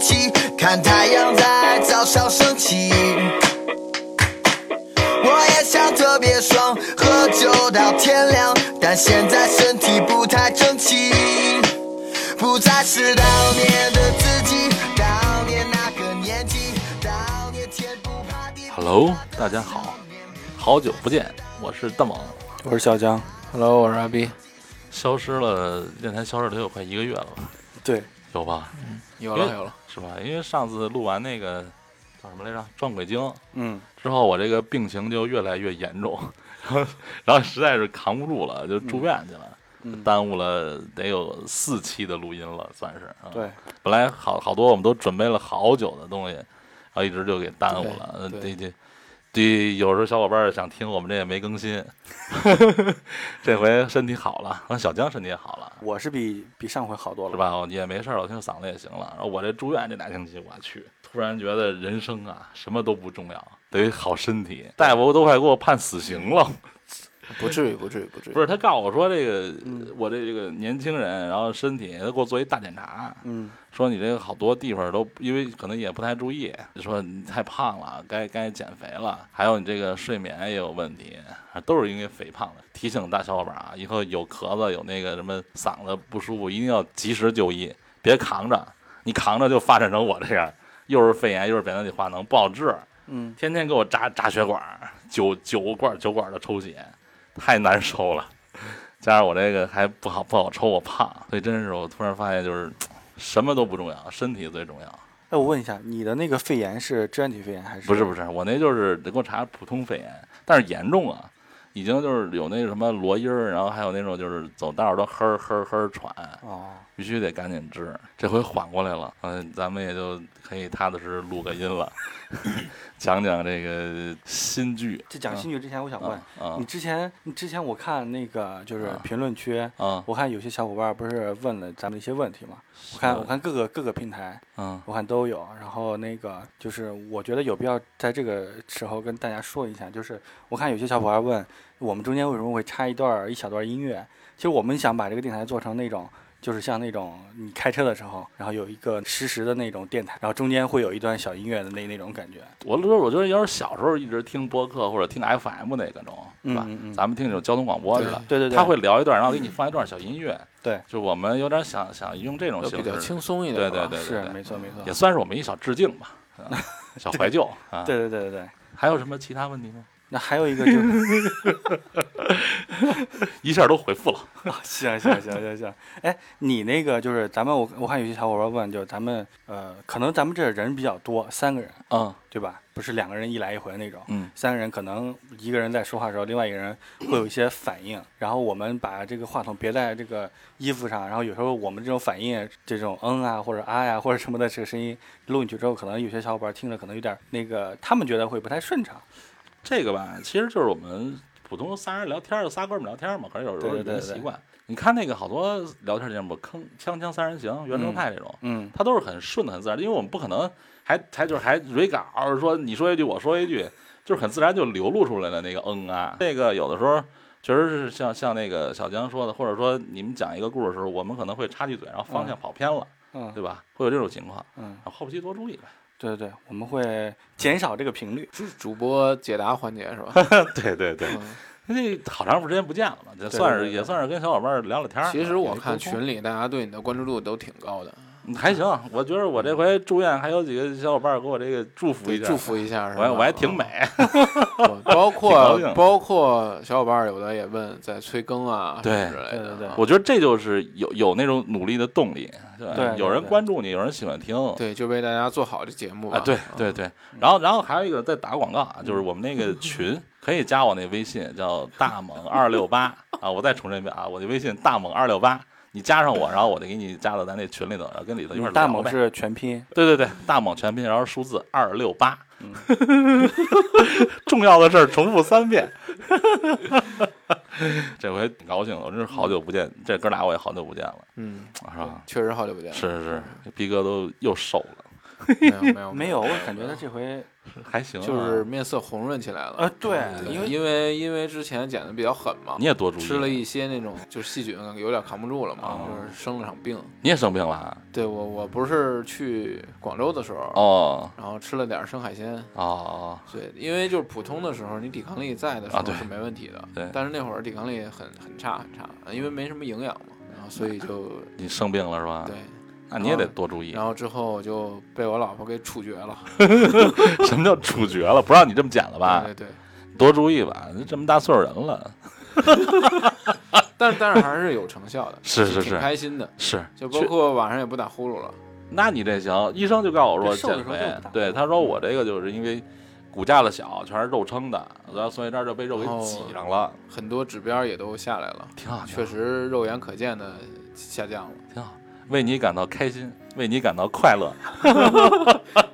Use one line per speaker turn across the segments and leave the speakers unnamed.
起，看太阳在早上升起。我也想特别爽，喝酒到天亮，但现在身体不太争气，不再是当年的自己，当年那个年纪，当年天不怕地不怕
Hello，大家好，好久不见，我是大猛，
我是小江。
Hello，我是阿 B。
消失了，电台消失了得有快一个月了吧？
对，
有吧？
有
了
了
有
有了，
是吧？因为上次录完那个叫什么来着，《撞鬼经》
嗯，
之后，我这个病情就越来越严重， 然后实在是扛不住了，就住院去了，
嗯
耽误了得有四期的录音了，算是。啊、，
对，
本来好好多我们都准备了好久的东西，然后一直就给耽误了。呃
对
这这这有时候小伙伴儿想听我们这也没更 新，这回身体好了，那小江身体也好了，
我是比比上回好多了？
是吧？也没事儿了，我听嗓子也行了。然后我这住院这俩星期，我去，突然觉得人生啊，什么都不重要，得有好身体。大夫都快给我判死刑了。
不至于，不至于，不至于。
不是，他告诉我说这个，
嗯
我这这个年轻人，然后身体，他给我做一大检查，
嗯，
说你这个好多地方都因为可能也不太注意，说你太胖了，该该减肥了，还有你这个睡眠也有问题，啊都是因为肥胖的。提醒大小伙伴啊，以后有咳嗽有那个什么嗓子不舒服，一定要及时就医，别扛着，你扛着就发展成我这样，又是肺炎又是扁桃体化脓，不好治。
嗯，
天天给我扎扎血管儿，酒酒罐酒管的抽血，太难受了。加上我这个还不好不好抽，我胖，所以真是我突然发现就是什么都不重要，身体最重要。
哎，我问一下，你的那个肺炎是支原体肺炎还是？
不是不是，我那就是得给我查普通肺炎，但是严重啊，已经就是有那什么罗音儿，然后还有那种就是走道儿都呵儿呵儿呵儿喘，
哦，
必须得赶紧治。这回缓过来了，嗯、咱们也就可以踏踏实实录个音了， 讲讲这个新剧。
这讲新剧之前，我想问
啊，啊
你之前你之前我看那个就是
啊
评论区，
啊，
我看有些小伙伴不是问了咱们的一些问题嘛？我看我看各个各个平台，
嗯，
我看都有。然后那个就是，我觉得有必要在这个时候跟大家说一下，就是我看有些小伙伴问我们中间为什么会插一段儿一小段音乐，其实我们想把这个电台做成那种。就是像那种你开车的时候，然后有一个实时的那种电台，然后中间会有一段小音乐的那那种感觉。
我就说，我觉得要是小时候一直听播客或者听 FM 那个种，是吧？
嗯嗯嗯
咱们听那种交通广播似的，
对对对，
他会聊一段，然后给你放一段小音乐。
对，
就我们有点想想用这种
就
形
比较
式，
轻松一点吧。啊
对对嗯
是没错没错，
也算是我们一小致敬吧， 啊小怀旧啊。
对对对对对。
还有什么其他问题吗？
那还有一个就是。
一下都回复 了。
行行行行行，哎，你那个就是咱们我我看有些小伙伴问，就是咱们呃，可能咱们这儿人比较多，三个人
嗯
对吧？不是两个人一来一回那种，
嗯
三个人可能一个人在说话的时候，另外一个人会有一些反应，然后我们把这个话筒别在这个衣服上，然后有时候我们这种反应，这种嗯啊或者啊呀、或者什么的这个声音录进去之后，可能有些小伙伴听着可能有点那个，他们觉得会不太顺畅，
这个吧，其实就是我们普通仨人聊天儿，仨哥们儿聊天儿嘛，可是有时候
对对对
人
对
习惯。你看那个好多聊天节目，铿锵锵三人行、圆桌
嗯
派这种，
嗯，
它都是很顺的、很自然的，因为我们不可能还还就是还蕊稿儿说你说一句我说一句，就是很自然就流露出来的那个嗯啊，这个有的时候确实是像像那个小江说的，或者说你们讲一个故事的时候，我们可能会插句嘴，然后方向跑偏了，
嗯
对吧？会有这种情况，
嗯，
然后后期多注意呗。
对对对，我们会减少这个频率，
这是主播解答环节是 吧？
对对对，
嗯
那好长时间不见了嘛，这算
对
是
对
也算是跟小伙伴儿聊聊天儿。
其实我看
群。
群里大家对你的关注度都挺高的，
嗯还行，我觉得我这回住院还有几个小伙伴给我这个祝福
对，
一下，
祝福一下是
我
吧
还我还挺美。，
嗯包
高
括
兴
包括小伙伴有的也问在催更啊
对
什么之类的
对对对
我觉得这就是有有那种努力的动力，对吧
对对
有人
对
关注你，有人喜欢听，
对，就为大家做好这节目吧。
啊，对
嗯
对对。然后然后还有一个再打个广告啊，就是我们那个群可以加我那微信叫大猛二六八啊，我再重申一遍啊，我的微信大猛二六八，你加上我，然后我就给你加到咱那群里头，然后跟里头一块儿
嗯大
聊
猛
呗
是全拼，
对对对，大猛全拼，然后数字二六八。
嗯
重要的事儿重复三遍。 这回挺高兴的，我真是好久不见，这哥俩我也好久不见了，
嗯，
是吧？
确实好久不见了。
是是是，逼哥都又瘦了，
没有没 有
没有，我感觉他这回
还行啊，
就是面色红润起来了哎
呃，对，因为
因为因为之前剪的比较狠嘛
你，也多注意，
吃了一些那种就是细菌，有点扛不住了嘛
哦，
就是生了场病。
你也生病了啊
对我我不是去广州的时候，
哦
然后吃了点生海鲜。
哦哦，
对，因为就是普通的时候，你抵抗力在的时
啊
候
对
是没问题的。
对
但是那会儿抵抗力很很差很差，呃因为没什么营养嘛，然后所以就
你生病了是吧？
对，，
那你也得多注意
然。后之后我就被我老婆给处决了。
什么叫处决了？不让你这么剪了吧？
对对对。
多注意吧，这么大岁数人了，，
但但是还是有成效的
是是
挺
是
挺开心的。
是
就包
去
括晚上也不打呼噜了，
那你这行，医生就告诉我说
这瘦的
减
时候
肥
就不大，
对，他说我这个就是因为骨架子小，全是肉撑的，然后所以这儿就被肉给
哦
挤上了，
很多指标也都下来了，
挺好，
确实肉眼可见的下降了。
挺好，为你感到开心，为你感到快乐。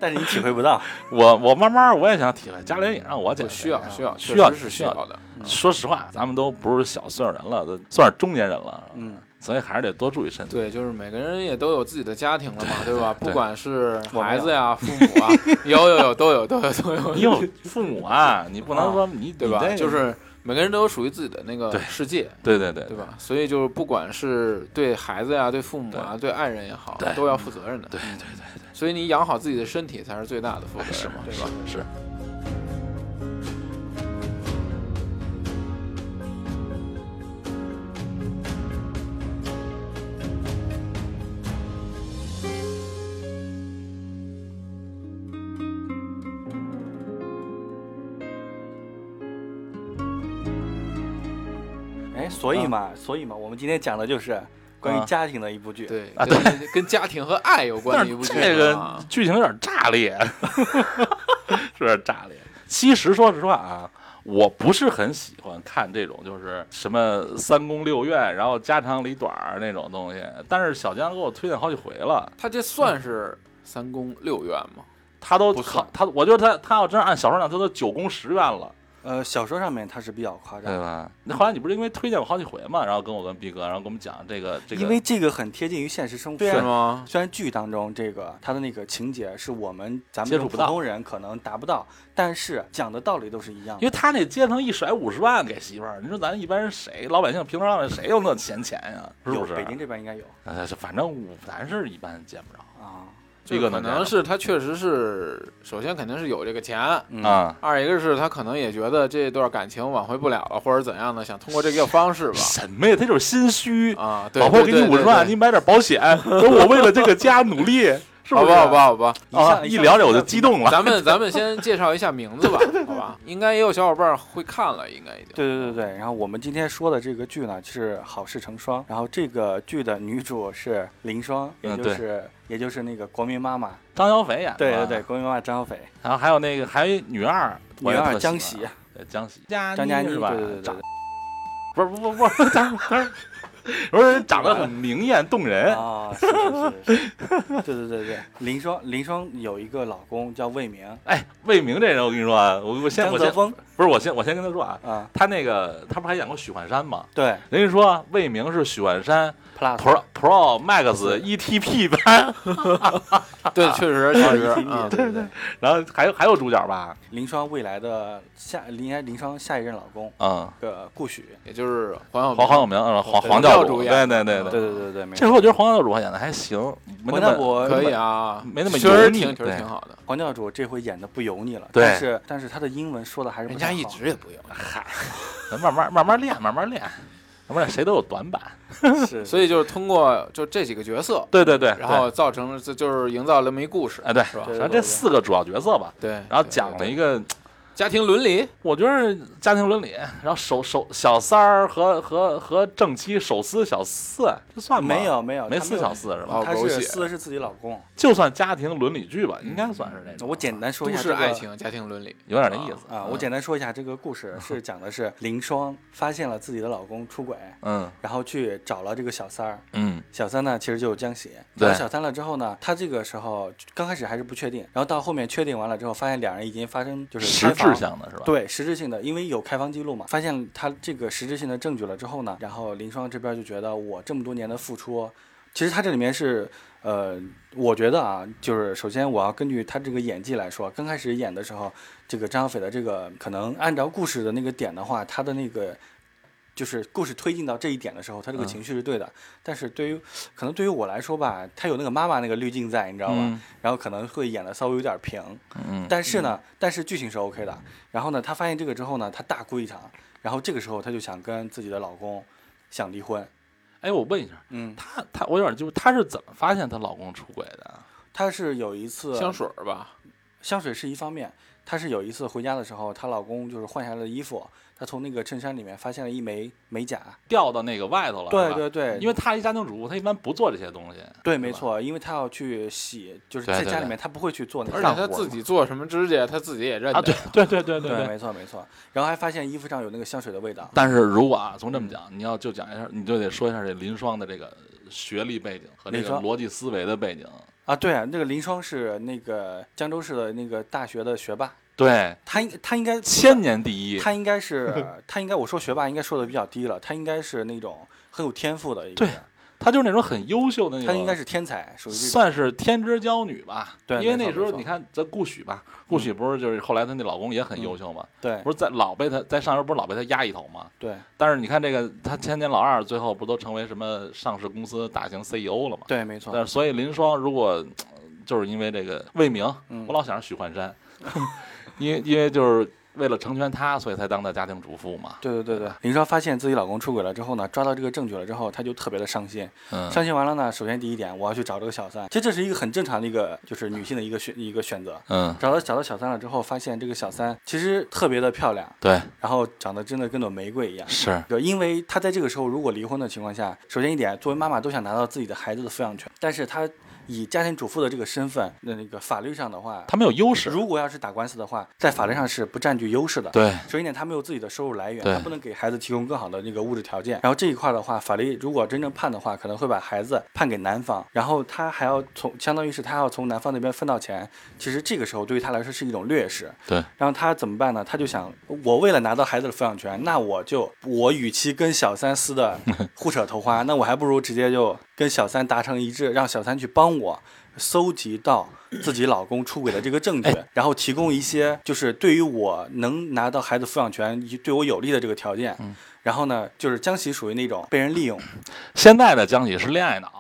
但是你体会不到，
我我慢慢我也想体会，家里人也让我减
不
肥，
需要需要
需要嗯
确实是需要的。嗯
说实话，咱们都不是小岁数人了，都算是中年人了，
嗯，
所以还是得多注意身体。
对，就是每个人也都有自己的家庭了嘛，对吧？
对
不管是
我没
孩
有
子呀、父母啊，有有有都有都有都有，
你有父母啊，你不能说你
对
你
吧？
这
就是每个人都有属于自己的那个
对
世界，
对对对
对吧？所以就是不管是对孩子呀、对父母啊、对爱人也好
对，
都要负责任的。嗯
对对对对，
所以你养好自己的身体才是最大的负责
是
任
吗
嘛，？对吧？
是
哎，所以嘛，所以嘛，我们今天讲的就是关
啊
于家庭的一部剧，
对
啊
跟跟家庭和爱有关
但
的一
是
部剧
这个
啊
剧情有点炸裂， 是有点炸裂。其实说实话啊，我不是很喜欢看这种就是什么三宫六院，然后家长里短儿那种东西。但是小江给我推荐好几回了，
他这算是三宫六院吗？
他都
不
靠
算
他，我觉得他他要真按小说讲，他都九宫十院了，
呃，小说上面它是比较夸张
对
的，
吧？那后来你不是因为推荐我好几回嘛，然后跟我跟逼哥，然后给我们讲这个这个，啊
因为这个很贴近于现实生活，
是吗？
虽然剧当中这个它的那个情节是我们咱们
接
这
触
种
不
普
到
通人可能达不到，但是讲的道理都是一样
因
的。
为他那阶层一甩五十万给媳妇儿，你说咱一般人谁老百姓平常上面谁有那闲钱呀？是
有
不是？啊
北京这边应该有
呃，是反正我咱是一般见不着
啊，
就
一个
可
能这
能
样
是他确实是，首先肯定是有这个钱，
嗯，
啊。
二一个是他可能也觉得这段感情挽回不了了，或者怎样的，想通过这个方式吧。
什么呀？他就是心虚。
啊，对，
老婆
对
给你五十万，你，买点保险。等我为了这个家努 力，是
对对
不
好
是？
吧，好吧，好吧，
啊！
一
一
下
聊这我就激动了。
咱们咱们先介绍一下名字吧，好吧？应该也有小伙伴会看了，应该已经。
对对对对。然后我们今天说的这个剧呢是《好事成双》，然后这个剧的女主是林双，也
嗯
就
对
是、也就是那个国民妈妈，
张小斐演的，
对对对，。国民妈妈张小斐，
然后还有那个，还有一女二，
女
我也特
二
欢啊
江喜，，
对呃江喜，张
张嘉倪，
是
对
吧？
对对对
长
对。
不是不不不是，张 不是长得很明艳动人。
啊，是是是是，对对对对，林双林双有一个老公叫魏明，
哎，魏明这人，我跟你说啊，我我先
张
我
泽
先
峰
不是我先我先跟他说啊，
啊，
他那个他不是还演过许幻山吗？
对
人家说魏明是许幻山
，Plus
Pro Pro Max ETP 版，
对，确实确实
一，
啊，
对对，
然后还有还有主角吧？
林双未来的下，林林双下一任老公，
嗯，
这个顾许，
也就是黄晓明
黄黄晓明，呃黄黄
对黄
教
教
主，
主
对
演
对
的
对
啊对
对。
对对对，没
这回
错。
我觉得黄教主演的还行，没
黄
那
教
么
主
可以，啊，
没那么
确实
油腻
挺确实
对
挺好的。
黄教主这回演的不油腻了，
对
但是但是他的英文说的还是不
人
太
家一
好
直也不用，
嗨，慢慢慢慢练，慢慢练，慢慢练，谁都有短板。
是，
所以就是通过就这几个角色，
对对对，
然后造成了这就是营造了这么一故事
对，哎对，
是吧？
反正这四个主要角色吧，
对，
然后讲了一
个
个，
家庭伦理，
我觉得家庭伦理，然后手手小三儿和和和正妻手撕小四，这算吗？
没有没有
没
他
撕
没有
小四是吧？
哦
他
狗
是
血
撕的是自己老公，
就算家庭伦理剧吧，应该算是那种。
嗯我简单说
都
一下
市
这个
爱情、家庭伦理，
有点那意思
啊，我简单说一下这个故事是讲的是林双发现了自己的老公出轨，
嗯
然后去找了这个小三儿，
嗯
小三呢，其实就是江喜。
对
找小三了之后呢，他这个时候刚开始还是不确定，然后到后面确定完了之后，发现两人已经发生就是
实
开
质
房。
性的是吧？
对实质性的，因为有开房记录嘛，发现他这个实质性的证据了之后呢，然后林双这边就觉得我这么多年的付出，其实他这里面是，呃，我觉得啊，就是首先我要根据他这个演技来说，刚开始演的时候，这个张小斐的这个可能按照故事的那个点的话，他的那个就是故事推进到这一点的时候，他这个
嗯
情绪是对的。但是对于可能对于我来说吧，他有那个妈妈那个滤镜在，你知道吧？
嗯
然后可能会演的稍微有点平，
嗯，
但是呢，但是剧情是 OK 的。然后呢，她发现这个之后呢，她大哭一场，然后这个时候她就想跟自己的老公想离婚。
哎，我问一下，
嗯，
她她我有点记不，她是怎么发现她老公出轨的？啊
她是有一次
香水儿吧，
香水是一方面，她是有一次回家的时候，她老公就是换下了衣服，她从那个衬衫里面发现了一枚美甲。
掉到那个外头了，
对
是吧
对对，
因为她一家庭主妇，她一般不做这些东西。
对
吧
没。错，因为她要去洗，就是
对
在
对
家
对
里面她不会去做那个
而且
脏活
他
儿。
自己做什么指甲，他自己也认
啊，
得
对。对对对对
对，没错没错。然后还发现衣服上有那个香水的味道。
但是如果啊，从这么讲，你要就讲一下，你就得说一下这林双的这个学历背景和这
林
个
双
逻辑思维的背景。
啊，对啊，那个林双是那个江州市的那个大学的学霸，
对，
他应他应该
千年第一。
他应该是他应该我说学霸应该说的比较低了，他应该是那种很有天赋的一个
对
人，
她就是那种很优秀的那种，
他应该是天才，属于这种
算是天之骄女吧。
对
因为
没错
那时候
没错
你看咱顾许吧，顾许不是就是后来她那老公也很优秀嘛，
嗯对
不是在老被她在上游不是老被她压一头嘛？
对
但是你看这个她千年老二最后不都成为什么上市公司大型 CEO 了嘛？
对，没
但
错，
是呃所以林双如果就是因为这个魏明，
嗯
我老想着许幻山， 因为因为就是为了成全他，所以才当的家庭主妇嘛。
对对对对。林双发现自己老公出轨了之后呢，抓到这个证据了之后，她就特别的伤心。
嗯，
伤心完了呢，首先第一点，我要去找这个小三，其实这是一个很正常的一个就是女性的一个选一个选择。
嗯，
找到找到小三了之后，发现这个小三其实特别的漂亮，
对，
然后长得真的跟朵玫瑰一样。
是，
对，因为她在这个时候如果离婚的情况下，首先一点，作为妈妈都想拿到自己的孩子的抚养权，但是她以家庭主妇的这个身份，那那个法律上的话，
他没有优势。
如果要是打官司的话，在法律上是不占据优势的。
对，
首先一点，她没有自己的收入来源，
对
她不能给孩子提供更好的那个物质条件。然后这一块的话，法律如果真正判的话，可能会把孩子判给男方，然后她还要从相当于是她要从男方那边分到钱。其实这个时候对于她来说是一种劣势。
对，
然后她怎么办呢？她就想，我为了拿到孩子的抚养权，那我就我与其跟小三撕 的互扯头花，那我还不如直接就跟小三达成一致，让小三去帮我搜集到自己老公出轨的这个证据，
哎
然后提供一些就是对于我能拿到孩子抚养权以及对我有利的这个条件。
嗯
然后呢，就是江喜属于那种被人利用，
现在的江喜是恋爱脑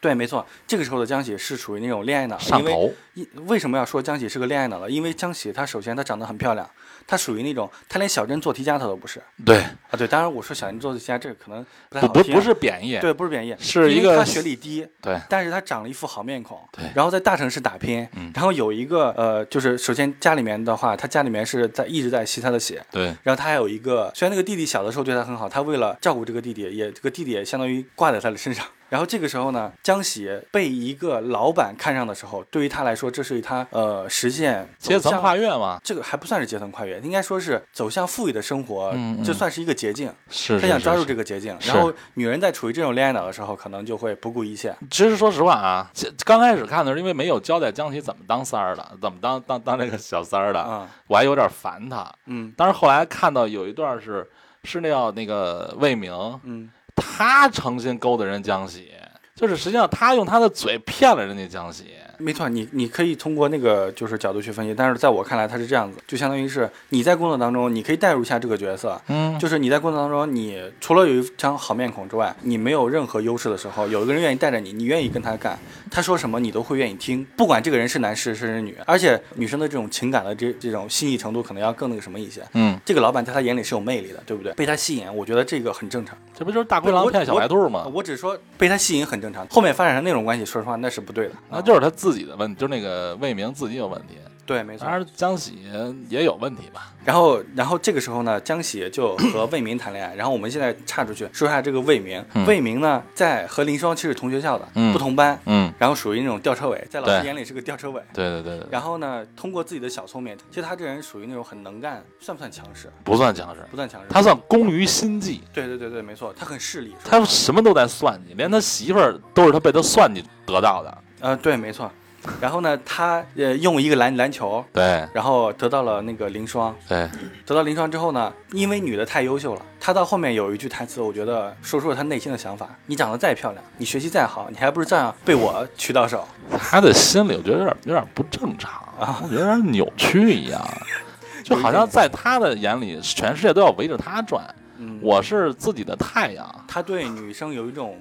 对，没错，这个时候的江喜是属于那种恋爱脑，
上
因为
头，
一为什么要说江喜是个恋爱脑呢？因为江喜她首先她长得很漂亮，她属于那种她连小珍做题家她都不是
对，
啊。对，当然我说小珍做题家这个可能不太
不
好啊
不
听
不是贬义，
对，不是贬义，
是一
因为
个
她学历低，
对
但是她长了一副好面孔，
对
然后在大城市打拼，
嗯
然后有一个呃，就是首先家里面的话，她家里面是在一直在吸她的血。
对
然后她还有一个，虽然那个弟弟小的时候对她很好，她为了照顾这个弟弟，也这个弟弟也相当于挂在她的身上。 然后这个时候呢，江喜被一个老板看上的时候，对于她来说，这是她呃实现
阶层跨
越，
越嘛，
这个还不算是阶层跨越，应该说是走向富裕的生活，
嗯嗯
这算是一个捷径。
是
她想抓住
个。
这个捷径，
是
然后女人在处于这种恋爱脑的时候，可能就会不顾一切。
其实说实话啊，这刚开始看的时候，因为没有交代江喜怎么当三儿的，怎么当当当这个小三儿的，
啊，
我还有点烦他。
嗯
但是后来看到有一段是是那叫那个魏明，
嗯，
他诚心勾搭人江喜，就是实际上他用他的嘴骗了人家江喜。
嗯没错，你你可以通过那个就是角度去分析，但是在我看来，它是这样子，就相当于是你在工作当中，你可以代入一下这个角色。
嗯，
就是你在工作当中，你除了有一张好面孔之外，你没有任何优势的时候，有一个人愿意带着你，你愿意跟他干，他说什么你都会愿意听，不管这个人是男是是女，而且女生的这种情感的这这种细腻程度可能要更那个什么一些。
嗯，
这个老板在他眼里是有魅力的，对不对？被他吸引，我觉得这个很正常。
这不就是大灰狼骗小白兔吗？
我只是说被他吸引很正常，后面发展成那种关系，说实话那是不对的。啊
那就是他自己的问题，就是那个魏明自己有问题，
对，没错
当。然江喜也有问题吧？
然后，然后这个时候呢，江喜就和魏明谈恋爱。然后我们现在岔出去说一下这个魏明。
嗯
魏明呢，在和林双其实同学校的，
嗯
不同班，
嗯，
然后属于那种吊车尾，在老
对
师眼里是个吊车尾。
对对对对，
然后呢，通过自己的小聪明，其实他这人属于那种很能干，算不算强势？
不算强势，
不算强势。
他算工于心计，
对对对对，没错，他很势利。
他
说实话
什么都在算计，连他媳妇儿都是他被他算计得到的。
呃，对，没错。然后呢，他呃用一个篮篮球，
对
然后得到了那个林霜，
对，
得到林霜之后呢，因为女的太优秀了，她到后面有一句台词，我觉得说出了她内心的想法：你长得再漂亮，你学习再好，你还不是照样被我娶到手？
他的心里我觉得有点有点不正常，
啊
我觉得有点扭曲一 样，就好像在他的眼里，全世界都要围着他转，
嗯，
我是自己的太阳。
她对女生有一种，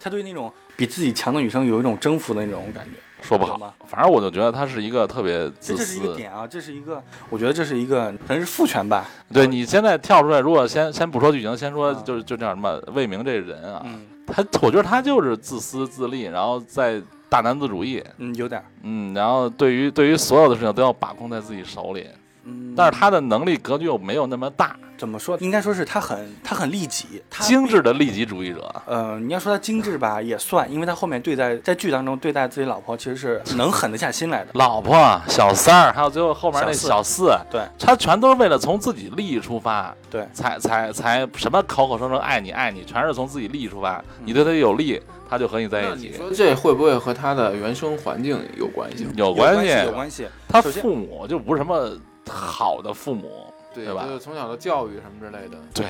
她对那种比自己强的女生有一种征服的那种感觉。
说不
懂吗
好，反正我就觉得他是一个特别
这
自
这是一个
私。
点啊，这是一个，我觉得这是一个可能是父权吧。
对你现在跳出来，如果先先不说剧情，先说
啊
就是就叫什么魏明这人啊，
嗯
他我觉得他就是自私自利，然后在大男子主义，
嗯，有点儿。
嗯，然后对于对于所有的事情都要把控在自己手里，
嗯，
但是他的能力格局又没有那么大，
怎么说？应该说是他很他很利己，他
精致的利己主义者。
呃，你要说他精致吧，也算，因为他后面对待在剧当中对待自己老婆，其实是能狠得下心来的。
老婆、小三儿，还有最后后面那
小
小四，
对
他全都是为了从自己利益出发，
对
才才才什么口口声声爱你爱你，全是从自己利益出发。
嗯
你对他有利，他就和你在
那
一
你
起，
说这会不会和他的原生环境有关系？
有
有关
系。
有关系。
他
首先
父母就不是什么好的父母，
对
对吧
就是从小的教育什么之类的。
对，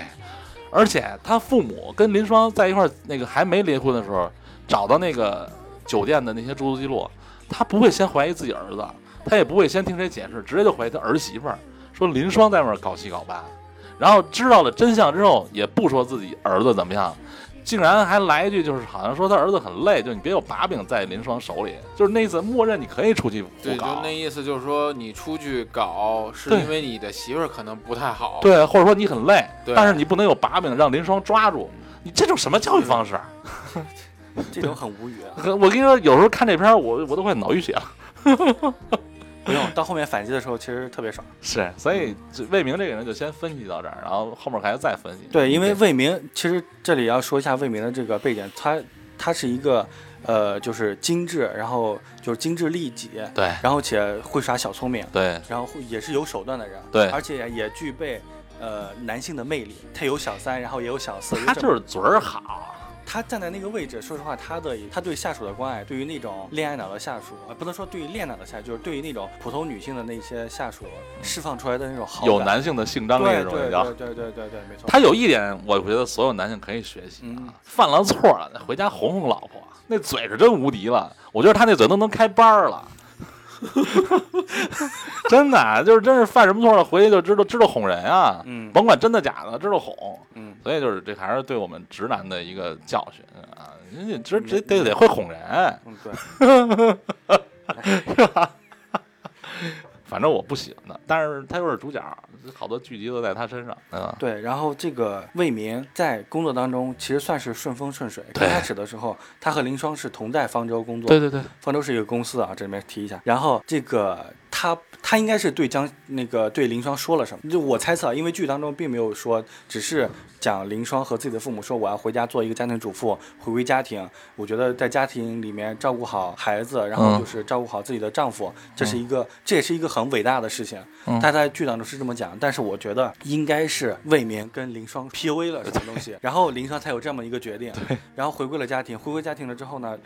而且他父母跟林双在一块儿，那个还没离婚的时候，找到那个酒店的那些住宿记录，他不会先怀疑自己儿子，他也不会先听谁解释，直接就怀疑他儿媳妇儿，说林双在外面搞七搞八，然后知道了真相之后，也不说自己儿子怎么样。竟然还来一句，就是好像说他儿子很累，就你别有把柄在林双手里，就是那意思，默认你可以出去胡
对，就
搞
那，意思，就是说你出去搞，是
对
因为你的媳妇儿可能不太好。，
对，或者说你很累，
对嗯
但是你不能有把柄让林双抓住，你这种什么教育方式啊？
这种很无语啊。
可我跟你说，有时候看这片儿，我我都快脑淤血了。
不用，到后面反击的时候其实特别爽。
是，所以这魏明这个人就先分析到这儿，然后后面还要再分析。
对，因为魏明，其实这里要说一下魏明的这个背景，他他是一个呃，就是精致，然后就是精致利己，
对
然后且会耍小聪明，
对
然后会也是有手段的人，
对
而且也具备。呃，男性的魅力，他有小三，然后也有小四，
他
有这
就是嘴儿好，
他站在那个位置，说实话，他的他对下属的关爱，对于那种恋爱脑的下属，呃，不能说对于恋爱脑的下属，就是对于那种普通女性的那些下属，释放出来的那种好感，
有男性的性张力这
对
种
对
叫。
对对对对对，没错。
他有一点，我觉得所有男性可以学习
嗯
啊，犯了错了，回家哄哄老婆，那嘴是真无敌了。我觉得他那嘴都能开班儿了， 真的啊，就是真是犯什么错了，回去就知道知道哄人啊，
嗯
甭管真的假的，知道哄。
嗯，
所以就是这还是对我们直男的一个教训啊，你得直这得得会哄人，
嗯，对，
反正我不喜欢他，但是他又是主角，好多剧集都在他身上，嗯，
对，然后这个魏民在工作当中其实算是顺风顺水。
对
刚开始的时候，他和林双是同在方舟工作，
对对对，
方舟是一个公司啊，这里面提一下。然后这个他他应该是对江啊那个对林双说了什么？就我猜测啊，因为剧当中并没有说，只是讲林双和自己的父母说我要回家做一个家庭主妇，回归家庭。我觉得在家庭里面照顾好孩子，然后
嗯
就是照顾好自己的丈夫，这是一个这也是一个很伟大的事情。
嗯
他在剧当中是这么讲，但是我觉得应该是魏明跟林双 PUA 了什么东西， 然后林双才有这么一个决定，然后回归了家庭。回归家庭了之后呢，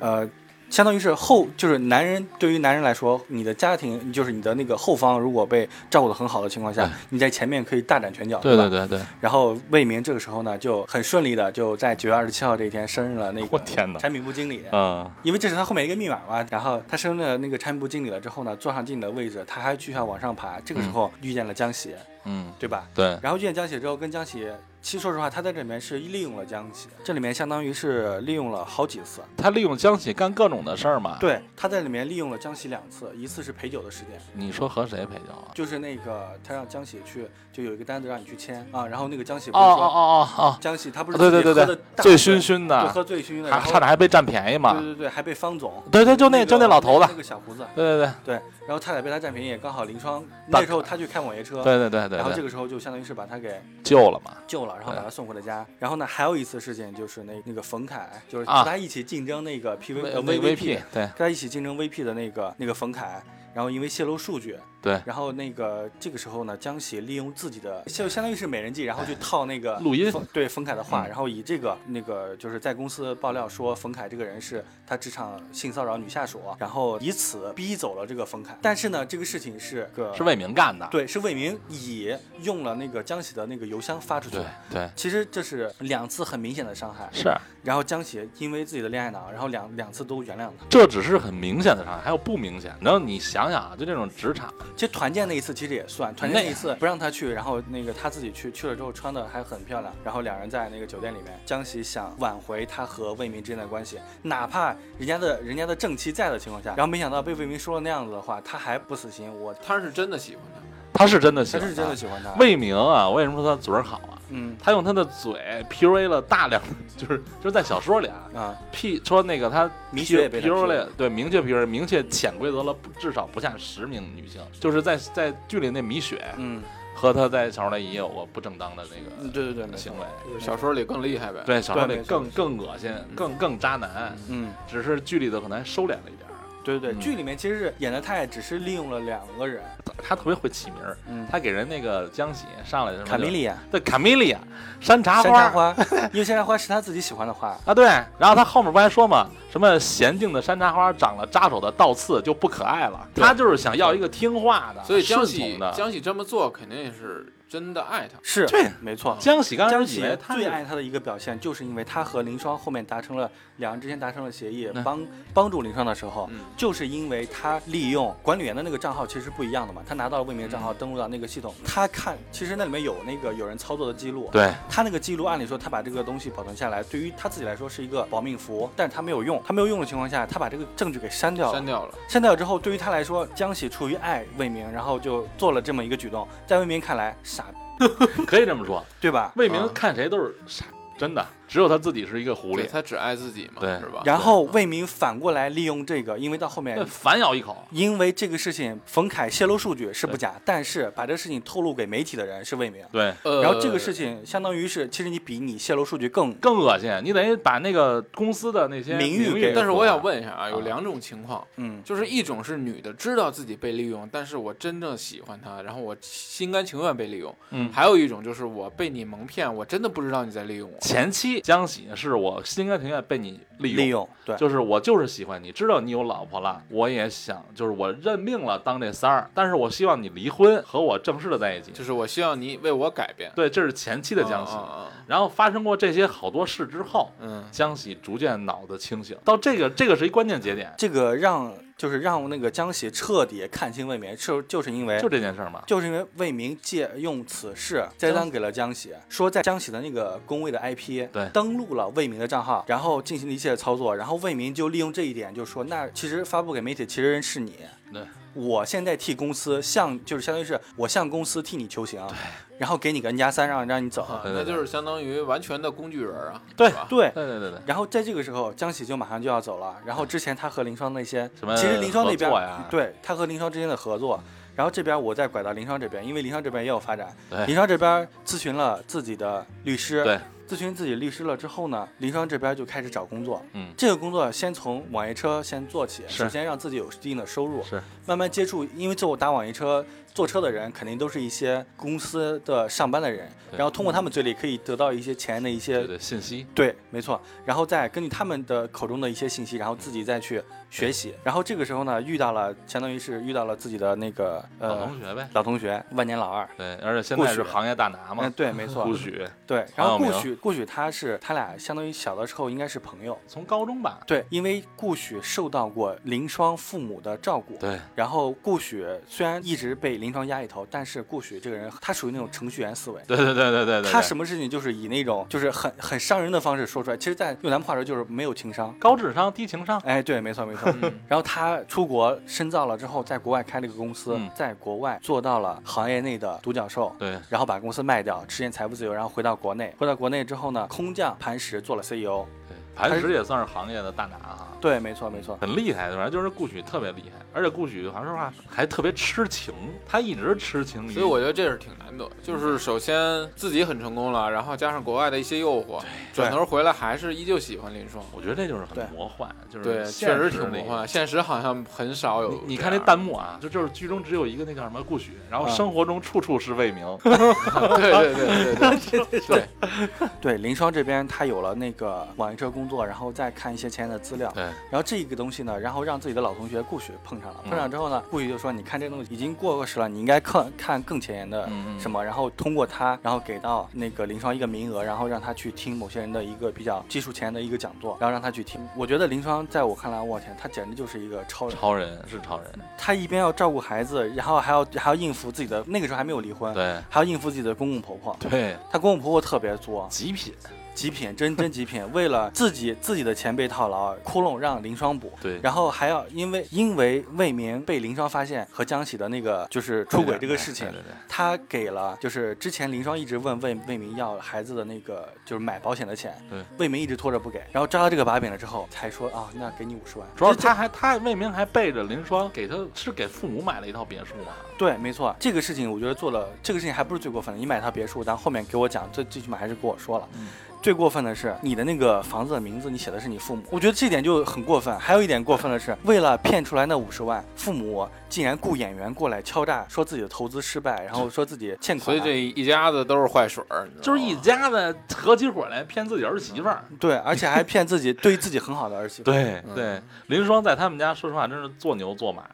呃，相当于是后，就是男人对于男人来说，你的家庭就是你的那个后方，如果被照顾的很好的情况下
哎，
你在前面可以大展拳脚，
对对对
吧？
对，
然后魏明这个时候呢，就很顺利的就在九月二十七号这一天升任了那
我
个
天哪，
产品部经理。
嗯，
因为这是他后面一个密码嘛，然后他升任了那个产品部经理了之后呢，坐上经理的位置，他还继续要往上爬。这个时候遇见了江喜，
嗯，
对吧？
对，
然后遇见江喜之后，跟江喜，其实说实话，他在这里面是利用了江喜，这里面相当于是利用了好几次。
他利用江喜干各种的事儿嘛，，
对，他在里面利用了江喜两次，一次是陪酒的时间，
你说和谁陪酒啊？
就是那个他让江喜去，就有一个单子让你去签啊，然后那个江喜不
哦
是说，
哦哦
江喜他不
哦，
是
对对对
自己喝
对
得大，
醉
醉
醺醺
就
的，
喝醉醺的，
还
然
差
后
点还被占便宜嘛
对，对对，还被方总，
对对，就
那
那
个
就那老头
那
子，
个小胡子，
对对对
对，然后差点被他占便宜，刚好林双
大
那时候他去开网约车，
对对对对
然后这
对，
个时候就相当于是把他给
救了嘛，
救了，然后把
对
他送回了家。然后呢，还有一次事情就是那那个冯凯，就是
啊
和他一起竞争那个 PV
那
呃
那
VVP，
VP 对。
跟他一起竞争 VP 的那个那个冯凯，然后因为泄露数据，
对
然后那个这个时候呢，江喜利用自己的就相当于是美人计，然后去套那个
哎录音
冯对冯凯的话，
嗯
然后以这个那个就是在公司爆料说冯凯这个人是他职场性骚扰女下属，然后以此逼走了这个冯凯。但是呢，这个事情是个
是魏明干的，
对是魏明以用了那个江喜的那个邮箱发出去
对。对
其实这是两次很明显的伤害，
是，
然后江喜因为自己的恋爱脑，然后两两次都原谅他。
这只是很明显的伤害，还有不明显。然后你想想啊，就这种职场，
其实团建那一次其实也算，团建那一次不让他去，然后那个他自己去，去了之后穿的还很漂亮，然后两人在那个酒店里面，江喜想挽回他和魏明之间的关系，哪怕人家的人家的正妻在的情况下，然后没想到被魏明说了那样子的话，他还不死心，我
他是真的喜欢他，
他是真的喜
他
欢他，
是真的喜欢他，
魏明啊，为什么说他嘴儿好啊？
嗯
他用他的嘴 PUA 了大量的，就是就是在小说里啊
啊，
，P 说那个他
明确也被他
PUA
骗
了，对，明确 PUA，明确潜规则了不至少不下十名女性，就是在在剧里那米雪
嗯，
和他在小说里也有过不正当的那
嗯
个
对对对，没错
行，为，
小说里更厉害呗。，
对，小说里
没错
更更恶心，更更渣男，
嗯，
只是剧里的可能还收敛了一点儿。
对对对，
嗯
剧里面其实是演的太只是利用了两个人，
他特别会起名儿，
嗯，
他给人那个江喜上来的时候
卡
就
米利亚。
对卡米利亚山茶
山
花
茶
儿。
花，因为山茶花是他自己喜欢的花，
啊，对，然后他后面不还说嘛，什么娴静的山茶花长了扎手的倒刺就不可爱了，
对
他就是想要一个听话的，
所以江
顺
喜
从的。
江喜这么做肯定也是真的爱他。
是
对
没错，
江喜刚开
江
始
喜
以为他
最
是
爱他的一个表现，就是因为他和林双后面达成了两人之间达成了协议，
嗯
帮帮助林双的时候，
嗯
就是因为他利用管理员的那个账号其实是不一样的嘛，他拿到了魏明的账号，登录到那个系统，他看其实那里面有那个有人操作的记录，
对
他那个记录按理说他把这个东西保存下来，对于他自己来说是一个保命符，但是他没有用，他没有用的情况下，他把这个证据给删掉了
删。掉了，
删掉之后，对于他来说，江喜出于爱魏明，然后就做了这么一个举动，在魏明看来傻，
可以这么说，
对吧？
魏
啊
明看谁都是傻，真的，只有他自己是一个狐
对，
狸，
他只爱自己嘛，
对
是吧？
然后魏明反过来利用这个，因为到后面
那，反咬一口，
因为这个事情，冯凯泄露数据是不假，但是把这个事情透露给媒体的人是魏明。
对，
呃，
然后这个事情相当于是，其实你比你泄露数据更
更恶心，你等于把那个公司的那些
名誉
誉
给
给
但是我
毁了
想，问一下啊，有两种情况，
嗯
就是一种是女的知道自己被利用，但是我真正喜欢她，然后我心甘情愿被利用；
嗯，
还有一种就是我被你蒙骗，我真的不知道你在利用我。
前期江喜是我心甘情愿被你利用
利用对
就是我就是喜欢你，知道你有老婆了，我也想，就是我认命了当这三儿，但是我希望你离婚和我正式的在一起
就。是我希望你为我改变。
对，这是前期的江
哦
喜。
嗯嗯
然后发生过这些好多事之后，
嗯，嗯
江喜逐渐脑子清醒，到这个这个是一关键节点，
这个让就是让那个江喜彻底看清魏明，是就是因为
就这件事儿嘛。
就是因为魏明借用此事栽赃给了江喜，说在江喜的那个工位的 IP
对
登录了魏明的账号，然后进行了一系列操作，然后魏明就利用这一点，就说那其实发布给媒体，其实人是你。
对，
我现在替公司向，就是相当于是我向公司替你求情，然后给你个 N 加三，让让你走。
啊
对
那
对对
就是相当于完全的工具人啊，
对
是吧
对，
对对对对，
然后在这个时候，江喜就马上就要走了。然后之前他和林双那些，
什么
其实林双那边
合作啊呀
对他和林双之间的合
嗯
作，然后这边我再拐到林双这边，因为林双这边也有发展
对。
林双这边咨询了自己的律师，
对，
咨询自己律师了之后呢，林双这边就开始找工作。
嗯，
这个工作先从网约车先做起，
是
首先让自己有一定的收入，
是
慢慢接触，因为做打网约车坐车的人肯定都是一些公司的上班的人，
对嗯
然后通过他们嘴里可以得到一些钱的一些
对对信息，
对，没错。然后再根据他们的口中的一些信息，然后自己再去学习。然后这个时候呢，遇到了相当于是遇到了自己的那个
老
呃
同学呗。
老同学，万年老二。
对，而且现
顾
在是
许
行业大拿
嗯，
嘛，
对，没错
顾，许
对。然后
黄
顾
晓明
许，顾许他是他俩相当于小的时候应该是朋友，
从高中吧，
对，因为顾许受到过林双父母的照顾，
对，
然后顾许虽然一直被林双压一头，但是顾许这个人他属于那种程序员思维，
对对对对对对，
他
对
什么事情就是以那种就是很很伤人的方式说出来，其实，在用咱们话说就是没有情商。
高智商低情商，
哎，对，没错没错。
嗯
然后他出国深造了之后，在国外开了一个公司，
嗯
在国外做到了行业内的独角兽，
对，
然后把公司卖掉，实现财务自由，然后回到国内。回到国内之后呢，空降磐石做了 CEO，
对，磐石也算是行业的大拿哈。啊
对，没错没错，
很厉害，反正就是顾许特别厉害，而且顾许好像说话还特别痴情，他一直痴情于，
所以我觉得这是挺难得，就是首先自己很成功了，然后加上国外的一些诱惑，转头回来还是依旧喜欢林双。
我觉得这就是
对
很魔幻，就是
对，确
现
实
实
挺
里
魔。幻，现实好像很少有
你你
这
看那
样
弹幕啊，就就是剧中只有一个那叫什么顾许，然后
啊
生活中处处是魏明，
的，对对对对对对
对林双这边他有了那个网约车工作，然后再看一些前沿的资料，
对，
然后这个东西呢，然后让自己的老同学顾许碰上了，
嗯
碰上之后呢，顾许就说：“你看这东西已经过时了，你应该看看更前沿的
嗯嗯
什么。然后通过他，然后给到那个林双一个名额，然后让他去听某些人的一个比较技术前沿的一个讲座，然后让他去听。我觉得林双在我看来，我天，他简直就是一个超人。
超人是超人，
他一边要照顾孩子，然后还要还要应付自己的那个时候还没有离婚，
对
还要应付自己的公公婆婆。
对，
他公公婆婆特别作，
极品，
极品，真真极品。 为了自己自己的钱被套牢，窟窿让林双补，
对
然后还要因为因为魏明被林双发现和江喜的那个就是出轨这个事情
对，对对，
他给了就是之前林双一直问魏魏明要孩子的那个就是买保险的钱，
对，
魏明一直拖着不给，然后抓到这个把柄了之后才说啊，那给你五十万。
主要
这
他还他魏明还背着林双给他是给父母买了一套别墅嘛，
对，没错，这个事情我觉得做了，这个事情还不是最过分的。你买套别墅，但后面给我讲，最最起码还是跟我说了。
嗯
最过分的是你的那个房子的名字，你写的是你父母，我觉得这点就很过分。还有一点过分的是，为了骗出来那五十万，父母竟然雇演员过来敲诈，说自己的投资失败，然后说自己欠
所
款。
以这一家子都是坏水儿，你知道
就是一
吗
家子合起伙来骗自己儿媳妇儿。
对，而且还骗自己对自己很好的儿媳妇。
对对，林双在他们家，说实话，真是做牛做马，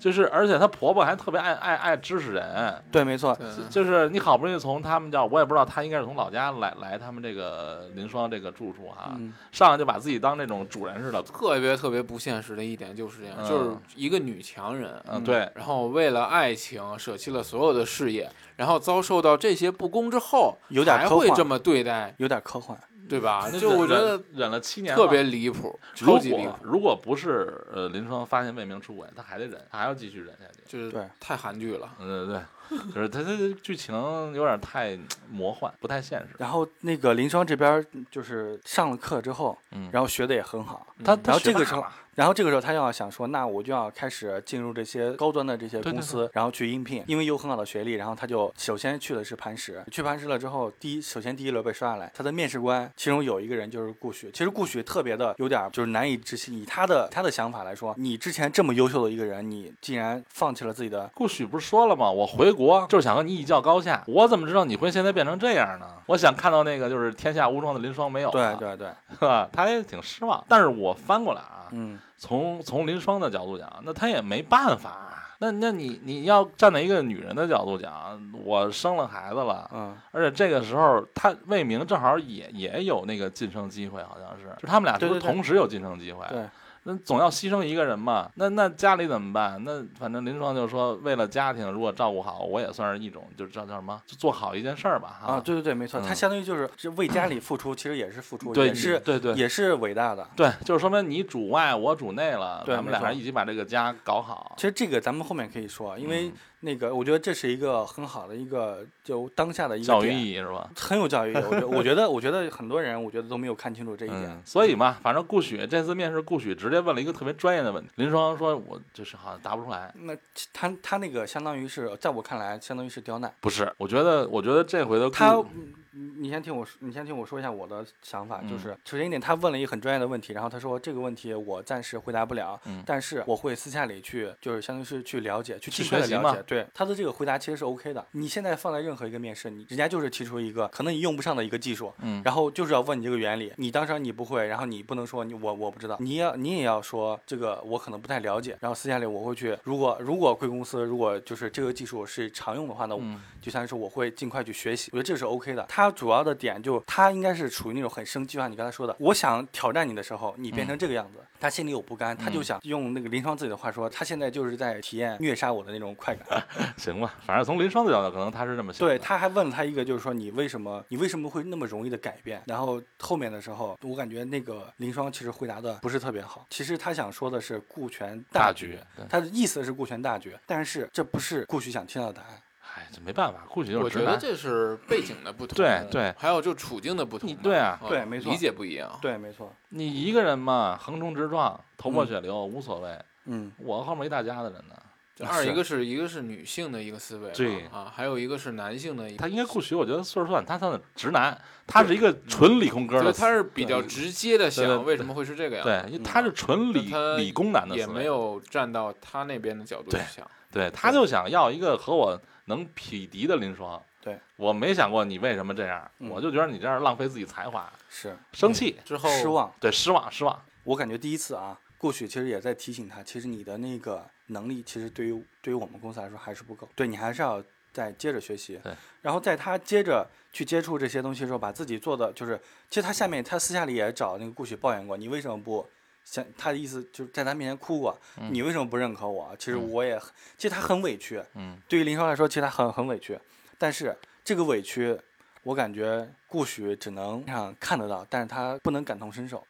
就是而且她婆婆还特别爱爱爱支持人，
对，没错，
嗯
对
就是你好不容易从他们家，我也不知道她应该是从老家来来他们这个林双这个住处啊，
嗯，
上来就把自己当那种主人似的，
特别特别不现实的一点就是这样，
嗯
就是一个女强人，
嗯，对，
然后为了爱情舍弃了所有的事业，然后遭受到这些不公之后，
有点
还
科
会
幻
这么对待，
有点科幻。
对吧？
那
就我
忍
觉得
忍了七年了，
特别离谱，
如
超级离
果
谱，
如果不是呃林双发现魏明出轨，他还得忍，他还要继续忍下去。
就是
对
太韩剧了。
嗯，对对，就是他这剧情有点太魔幻，不太现实。
然后那个林双这边就是上了课之后，
嗯
然后学的也很好，
他
然
他
后
学
这个
霸
时候
了，
然后这个时候他要想说，那我就要开始进入这些高端的这些
对对
公司，然后去应聘，因为有很好的学历，然后他就首先去的是磐石，去磐石了之后，第一首先第一轮被刷下来，他的面试官其中有一个人就是顾许，其实顾许特别的有点就是难以置信，以他的他的想法来说，你之前这么优秀的一个人，你竟然放弃了自己的。
顾许不是说了吗？我回国就是想和你一较高下。我怎么知道你会现在变成这样呢？我想看到那个就是天下无双的林双没有
对
了，
对对，
是吧？他也挺失望。但是我翻过来啊，
嗯，
从从林双的角度讲，那他也没办法啊。那那你你要站在一个女人的角度讲，我生了孩子了，
嗯，
而且这个时候他魏明正好也也有那个晋升机会，好像是，就他们俩是不是
对对对
同时有晋升机会？啊
对，
那总要牺牲一个人嘛。那那家里怎么办？那反正林双就说，为了家庭，如果照顾好，我也算是一种，就叫叫什么，就做好一件事儿吧。哈
啊，，对对对，没错，
嗯
他相当于就是是为家里付出，其实也是付出，
对
也是
对对
也是伟大的。
对，就是说明你主外，我主内了，
对
咱们
没
俩
错
人一起把这个家搞好
其。实这个咱们后面可以说，啊因为
嗯
那个我觉得这是一个很好的一个就当下的一个
教育
点
意义是吧？
很有教育意义。我觉得我觉得我觉得很多人我觉得都没有看清楚这一点。
嗯，所以嘛，反正顾许这次面试，顾许直接问了一个特别专业的问题。林双说：“我就是好像答不出来。”
那其他他那个相当于是在我看来相当于是刁难
不是，我觉得，我觉得这回的顾
他。嗯你先听我说，你先听我说一下我的想法，就
嗯
是首先一点，他问了一个很专业的问题，然后他说这个问题我暂时回答不了，
嗯
但是我会私下里去，就是相当于是去了解，去
去
尽快的
学习
了
嘛
解。对他的这个回答其实是 OK 的。你现在放在任何一个面试，你人家就是提出一个可能你用不上的一个技术，
嗯
然后就是要问你这个原理，你当时你不会，然后你不能说你我我不知道，你要你也要说这个我可能不太了解，然后私下里我会去，如果如果贵公司如果就是这个技术是常用的话，那我、
嗯
就相当于是我会尽快去学习，我觉得这是 OK 的。他主要的点就他应该是处于那种很生气，就像你刚才说的，我想挑战你的时候，你
嗯
变成这个样子，他心里有不甘，他就想用那个林双自己的话说，他现在就是在体验虐杀我的那种快感。
行吧，反正从林双的角度，可能啊他是这么想的。
对，他还问了他一个，就是说你为什么你为什么会那么容易的改变？然后后面的时候，我感觉那个林双其实回答的不是特别好。其实他想说的是顾全
大
局
局，对
他的意思是顾全大局，但是这不是顾许想听到的答案。
哎，这没办法，过去就
我
是
觉
直
得
男。
这是背景的不同，
对对
还有就处境的不同
你
嘛，
对啊
嗯
对没错
理解不一
哦
样，
对，没错，
你一个人嘛，横冲直撞，头破
嗯
血流、无所谓。
嗯，
我后面一大家子人呢，
这二
是
一个是一个是女性的一个思维嘛，
对
啊，还有一个是男性的一个，
他应该顾许，我觉得岁数算他算直男，他是一个纯理工哥
所
的
以
思，
嗯他是比较
对
直接的
对对
想
对
为什么会是这个样子，
对，因为他是纯理
那他
理工男的
也
思维，
没有嗯站到他那边的角度去
对
想，
对，他就想要一个和我能匹敌的林双。
对，
我没想过你为什么这样，
嗯
我就觉得你这样浪费自己才华，
嗯
是
生气，
之后
失望。
对，失望，失望，
我感觉第一次啊，顾许其实也在提醒他，其实你的那个能力，其实对于对于我们公司来说还是不够，对你还是要再接着学习。
对。
然后在他接着去接触这些东西的时候，把自己做的就是，其实他下面他私下里也找那个顾许抱怨过，你为什么不？想他的意思就是在他面前哭过，你为什么不认可我？其实
嗯
我也很，其实他很委屈，
嗯，
对于林超来说，其实他很很委屈，但是这个委屈，我感觉顾许只能让看得到，但是他不能感同身受。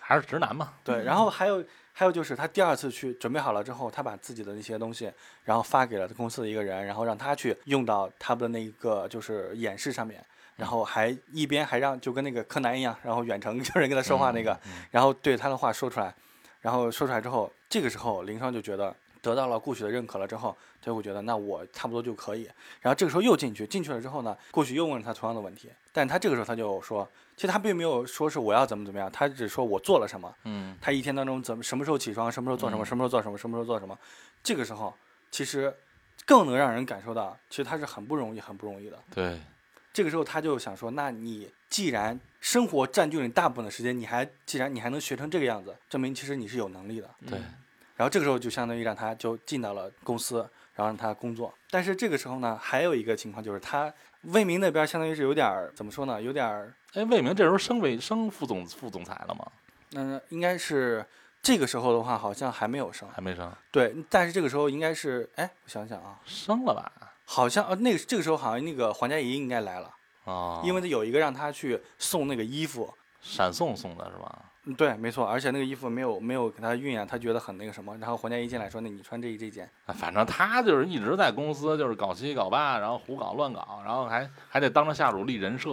还是直男嘛。
对，然后还有还有就是他第二次去准备好了之后，他把自己的那些东西，然后发给了公司的一个人，然后让他去用到他们的那个就是演示上面，然后还一边还让就跟那个柯南一样，然后远程有人跟他说话那个， 然后对他的话说出来，然后说出来之后，这个时候林双就觉得。得到了顾许的认可了之后，他就觉得那我差不多就可以。然后这个时候又进去，进去了之后呢，顾许又问了他同样的问题，但他这个时候他就说，其实他并没有说是我要怎么怎么样，他只说我做了什么，
嗯，
他一天当中怎么什么时候起床，什么时候做什么，
嗯
什么时候做什么，什么时候做什么，这个时候其实更能让人感受到，其实他是很不容易，很不容易的。
对，
这个时候他就想说，那你既然生活占据了你大部分的时间，你还既然你还能学成这个样子，证明其实你是有能力的。
对，
嗯
然后这个时候就相当于让他就进到了公司，然后让他工作。但是这个时候呢，还有一个情况就是他魏明那边相当于是有点儿怎么说呢，有点儿
哎，魏明这时候升为升副总副总裁了吗？
嗯、应该是这个时候的话好像还没有升。
还没升，
对，但是这个时候应该是，哎，我想想啊，
升了吧？
好像呃，那个这个时候好像那个黄佳怡应该来了，
哦，
因为有一个让她去送那个衣服，
闪送送的是吧？
嗯对，没错，而且那个衣服没有没有给她熨啊，她觉得很那个什么，然后黄佳怡进来说，那你穿这这件，
啊反正他就是一直在公司就是搞七搞八，然后胡搞乱搞，然后还还得当着下属立人设。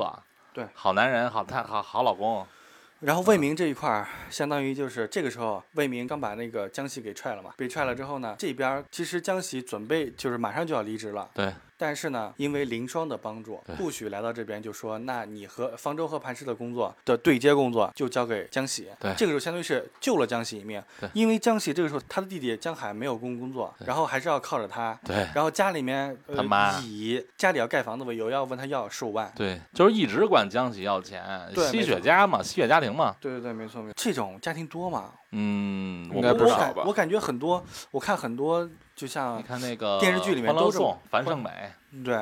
对
好男人，好太好好老公。
然后魏明这一块儿，相当于就是这个时候，魏明刚把那个江西给踹了嘛，被踹了之后呢，这边儿其实江西准备就是马上就要离职了，
对，
但是呢，因为林双的帮助
对，
顾许来到这边就说：“那你和方舟和盘石的工作的对接工作就交给江喜。”
对
这个时候相当于是救了江喜一命
对，
因为江喜这个时候他的弟弟江海没有工工作，
对
然后还是要靠着他。
对，
然后家里面、呃、
他妈
以家里要盖房子为由要问他要十五万。
对，就是一直管江喜要钱，
对
吸
没
血
错
家嘛，吸血家庭嘛。
对对对，没错没错，这种家庭多嘛？
嗯，我
应该
不
不
知
少
道。
我
吧
感我感觉很多，我看很多就像
你看那个
电视剧里面
欢乐
都是
颂》樊胜美，
对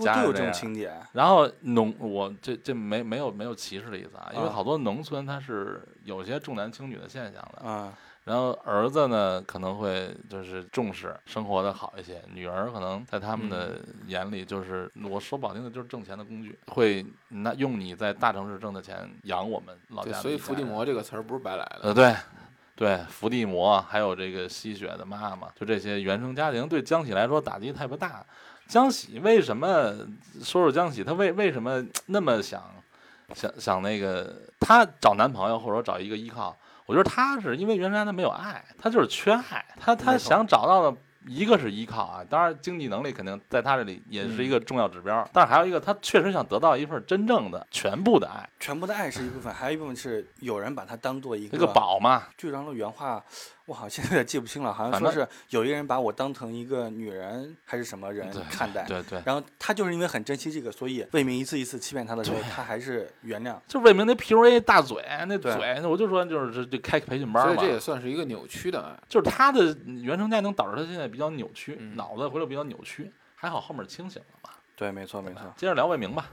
嗯家
都
人这
有这种
样
情节。
然后农我这这没没有没有歧视的意思啊，因为
啊
好多农村它是有些重男轻女的现象的。
嗯，
然后儿子呢可能会就是重视生活的好一些，女儿可能在他们的眼里就是、我说不好听的就是挣钱的工具，会那用你在大城市挣的钱养我们老
对，
家的一家人。
所以伏地魔这个词儿不是白来的，
呃对。对伏地魔，还有这个吸血的妈妈，就这些原生家庭对江喜来说打击太不大。江喜为什么说说江喜，她为为什么那么想想想那个她找男朋友或者说找一个依靠？我觉得她是因为原生家庭没有爱，她就是缺爱，她她
没错
想找到的。一个是依靠啊，当然经济能力肯定在她这里也是一
嗯
个重要指标，但是还有一个，她确实想得到一份真正的全部的爱，
全部的爱是一部分，还有一部分是有人把它当做一
这个宝嘛，
剧中的原话，我好像现在有点记不清了，好像
反
说
正
是有一个人把我当成一个女人还是什么人
对
哎看待，
对对。
然后他就是因为很珍惜这个，所以魏明一次一次欺骗他的时候，他还是原谅。
就魏明那 PUA 大嘴，那
对
嘴，我就说就是这这开培训班
所
儿
以
嘛
这，也算是一个扭曲的爱。
就是他的原生家庭导致他现在比较扭曲，
嗯
脑子回头比较扭曲，还好后面清醒了嘛。
对，没错，没错。
接着聊魏明吧，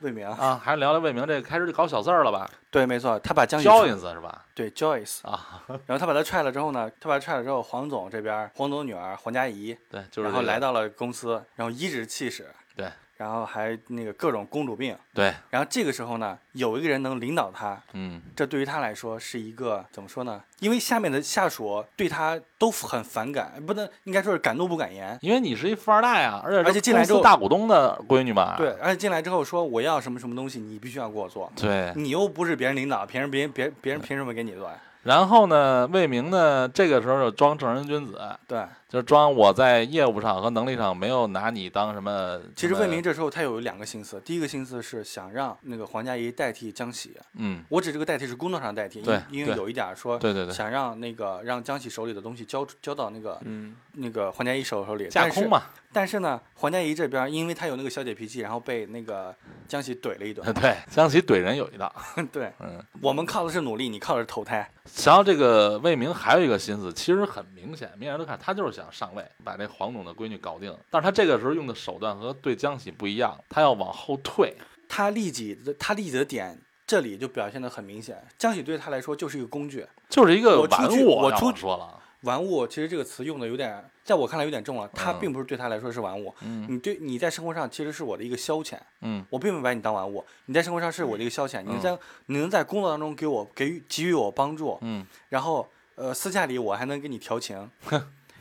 魏明，
啊，还是聊聊魏明这开始就搞小四儿了吧
对，没错，他把江喜踹
，Joyce 是吧？
对 Joyce，
啊，
然后他把他踹了之后呢，他把他踹了之后，黄总这边，黄总女儿黄佳怡，
对，就是
然后
这个
来到了公司，然后颐指气使，
对，
然后还那个各种公主病。
对，
然后这个时候呢，有一个人能领导他，
嗯，
这对于他来说是一个怎么说呢？因为下面的下属对他都很反感，呃不能应该说是敢怒不敢言。
因为你是一富二代啊，而且是
而且进来之后
公司大股东的闺女嘛，
对，而且进来之后说我要什么什么东西，你必须要给我做。
对，
你又不是别人领导，别人别人别人别人凭什么给你做呀？
然后呢，魏明呢，这个时候就装正人君子，
对，
就是装我在业务上和能力上没有拿你当什么。
其实
什么
魏明，这时候他有两个心思，第一个心思是想让那个黄佳怡代替江喜，
嗯，
我指这个代替是工作上的代替，因
对
因为
对
有一点儿说，
对对对
想让那个让江喜手里的东西交出交到那个、
嗯，
那个黄佳怡手手里，
架空嘛，
但是。但是呢，黄佳怡这边儿因为她有那个小姐脾气，然后被那个江喜怼了 一顿。
对，江喜怼人有一道。
对，
嗯，
我们靠的是努力，你靠的是投胎。
然后这个魏明还有一个心思，其实很明显，明眼人都看他就是想上位，把这黄总的闺女搞定。但是他这个时候用的手段和对江喜不一样，他要往后退。
她利己，她利己的点。这里就表现得很明显，江喜对她来说就是一个工具，
就是一个
我出
玩
去
物，
我
要
出
我
去
说了，
玩物。其实这个词用的有点，在我看来有点重了。它
嗯
并不是对她来说是玩物，
嗯
你对你在生活上其实是我的一个消遣，
嗯，
我并没把你当玩物，你在生活上是我的一个消遣，你
嗯
在你能在工作当中给我给予给予我帮助，
嗯，
然后呃私下里我还能跟你 调情，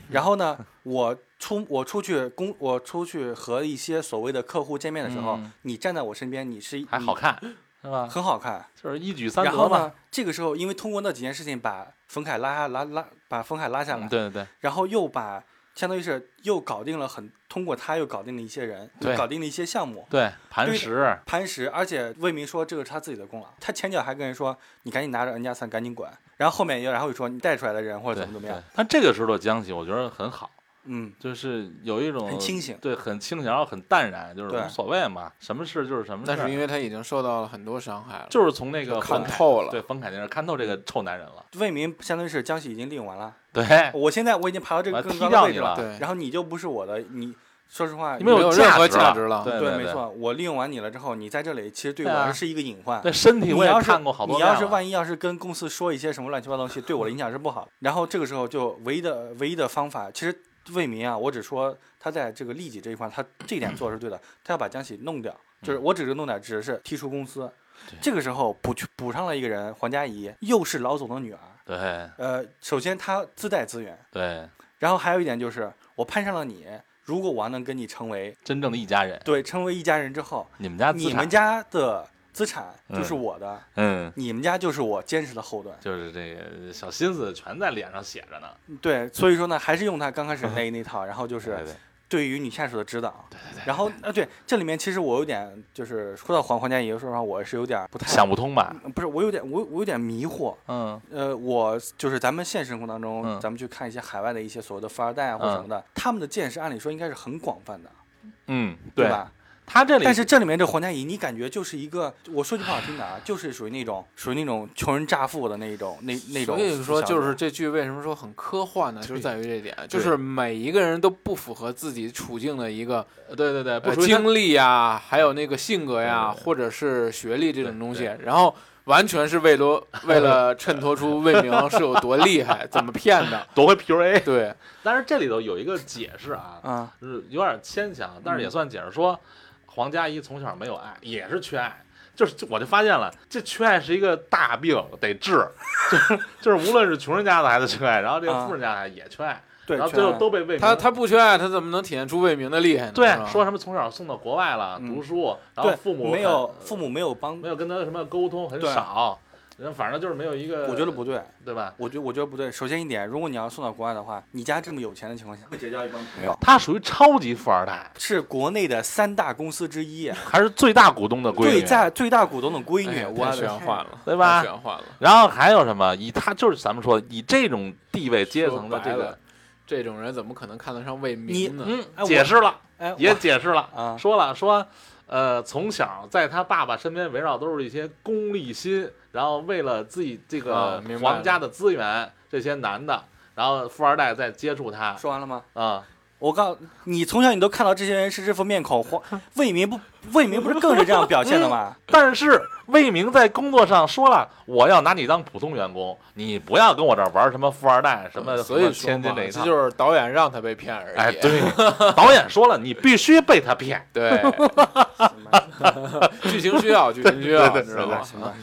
然后呢我出我出去工我出去和一些所谓的客户见面的时候，
嗯
你站在我身边，你是
还好，看是
你
吧？
很好看。
就是一举三
然
得
后
嘛。
呢，这个时候因为通过那几件事情把冯凯拉拉拉把冯凯拉下来，
嗯，对对对，
然后又把相当于是又搞定了很通过他又搞定了一些人，
对
搞定了一些项目。
对，磐
对
石，
潘石，而且魏明说这个是他自己的功劳，他前脚还跟人说你赶紧拿着 N 加三赶紧滚，然后后面又然后又说你带出来的人或者
对
怎么怎么样
对，但这个时候的江喜，我觉得很好，
嗯，
就是有一种
很清醒
对，很清醒，然后很淡然，就是
对
无所谓嘛，什么事就是什么事。
但是因为他已经受到了很多伤害了，
嗯就是从那个
看
冯凯
透了嗯
对，冯凯那儿看透这个臭男人了。
魏明相当于是江喜已经利用完了，
对，
哦
我现在我已经爬到这
我
个
还
更
踢
高的
掉
位
你
置
了
对
然后你就不是我的，你说实话，
你
没
有
有任何
价
价值了
对
对
对，
没
对。
错，我利用完你了之后，你在这里其实对我
对啊
来说是一个隐患。
对身体我
你
也
要是
看过好多啊
你
遍了。
要是万一要是跟公司说一些什么乱七八糟东西，对我的影响是不好的。然后这个时候就唯一的唯一的方法，其实魏民啊，我只说他在这个利己这一块，他这一点做的是对的，他要把江喜弄掉，就是
嗯
我只是弄掉，只是踢出公司。这个时候补去补上了一个人，黄佳怡，又是老总的女儿。
对
呃，首先她自带资源，
对，
然后还有一点就是我攀上了你，如果我要能跟你成为
真正的一家人，
对成为一家人之后，
你们家资
你
产
们，家的资产就是
嗯
我的。
嗯，
你们家就是我坚实的后盾，
就是这个小心思全在脸上写着呢。
对，所以说呢，还是用他刚开始 那那一套，然后就
对
是
对，
对于女下属的指导，然后啊，对，这里面其实我有点就是说到黄黄佳怡，说实话我是有点不太
想不通吧？
不是我有点我我有点迷惑，
嗯
呃，我就是咱们现实生活当中，
嗯
咱们去看一些海外的一些所谓的富二代啊或者什么的，他们的见识按理说应该是很广泛的，
嗯，
对
对？
吧？
他这里，
但是这里面这黄佳怡，你感觉就是一个，我说句不好听的啊，就是属于那种属于那种穷人乍富的那一种那那种小
所
姐，
以说，就是这剧为什么说很科幻呢？就是在于这一点，就是每一个人都不符合自己处境的一个
对对对，不
呃
属于他
经历呀，还有那个性格呀，
对对对
或者是学历这种东西
对，
然后完全是为了为了衬托出魏明是有多厉害，怎么骗的？
夺回 PUA。
对，
但是这里头有一个解释啊，
啊，
就是有点牵强，但
嗯
是也算解释说，黄佳怡从小没有爱，也是缺爱。就是就我就发现了，这缺爱是一个大病，得治。 就是就是，无论是穷人家的孩子缺爱，然后这个
啊
富人家的孩子也缺爱，
对，
然后
确
最后
实
都被魏明
他他不缺爱，他怎么能体现出魏明的厉害呢？
对
是吧哎
说什么从小送到国外了
嗯
读书，然后
对，
父母
没
很
有父母没有帮
没，有跟他什么沟通很
对
少，人反正就是没有一个，
我觉得不对，
对吧？
我觉我觉得不对。首先一点，如果你要送到国外的话，你家这么有钱的情况下，会结交一帮朋友，
他属于超级富二代，
是国内的三大公司之一，啊
还是最大股东的闺
最
女，
大最大股东的闺
哎
女，
呀
我
太
的
玄
天
幻了，
对吧
太玄幻了。
然后还有什么？以他就是咱们说的以这种地位阶层的这
说白
个
了，，这种人怎么可能看得上魏明呢？
嗯
哎，我
解释了，
哎，
也
我
解释了，
啊
说了说，呃，从小在他爸爸身边围绕都是一些功利心，然后为了自己这个
啊明白了
皇家的资源，这些男的，然后富二代在接触他，
说完了吗？
啊，
我告你，从小你都看到这些人是这副面孔，黄魏明不魏明不是更是这样表现 的吗？
但是魏明在工作上说了，我要拿你当普通员工，你不要跟我这儿玩什么富二代
嗯
什么
所
什
以
么
说
千金
嘛，
这一
这
套。
就是导演让他被骗而已。
哎，对， 导演说了，你必须被他骗。
对，
嗯
剧情需要，剧情需要，
对对对
知道
对
吗？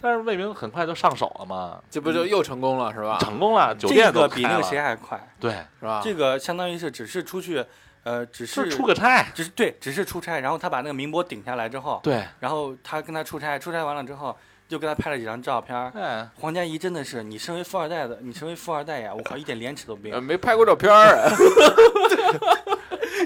但是魏明很快就上手了嘛，
这不就又成功了是吧？
成功了，酒
啊这
店都
个
开
比那
了
个谁还快，
对，
是吧？
这个相当于是只是出去，呃，只
是
是
出个差，
只是对，只是出差，然后他把那个名波顶下来之后，
对，
然后他跟他出差，出差完了之后就跟他拍了几张照片儿。
哎，
黄佳怡真的是，你身为富二代的，你身为富二代呀，我靠，一点廉耻都没
呃
有。
没拍过照片 儿，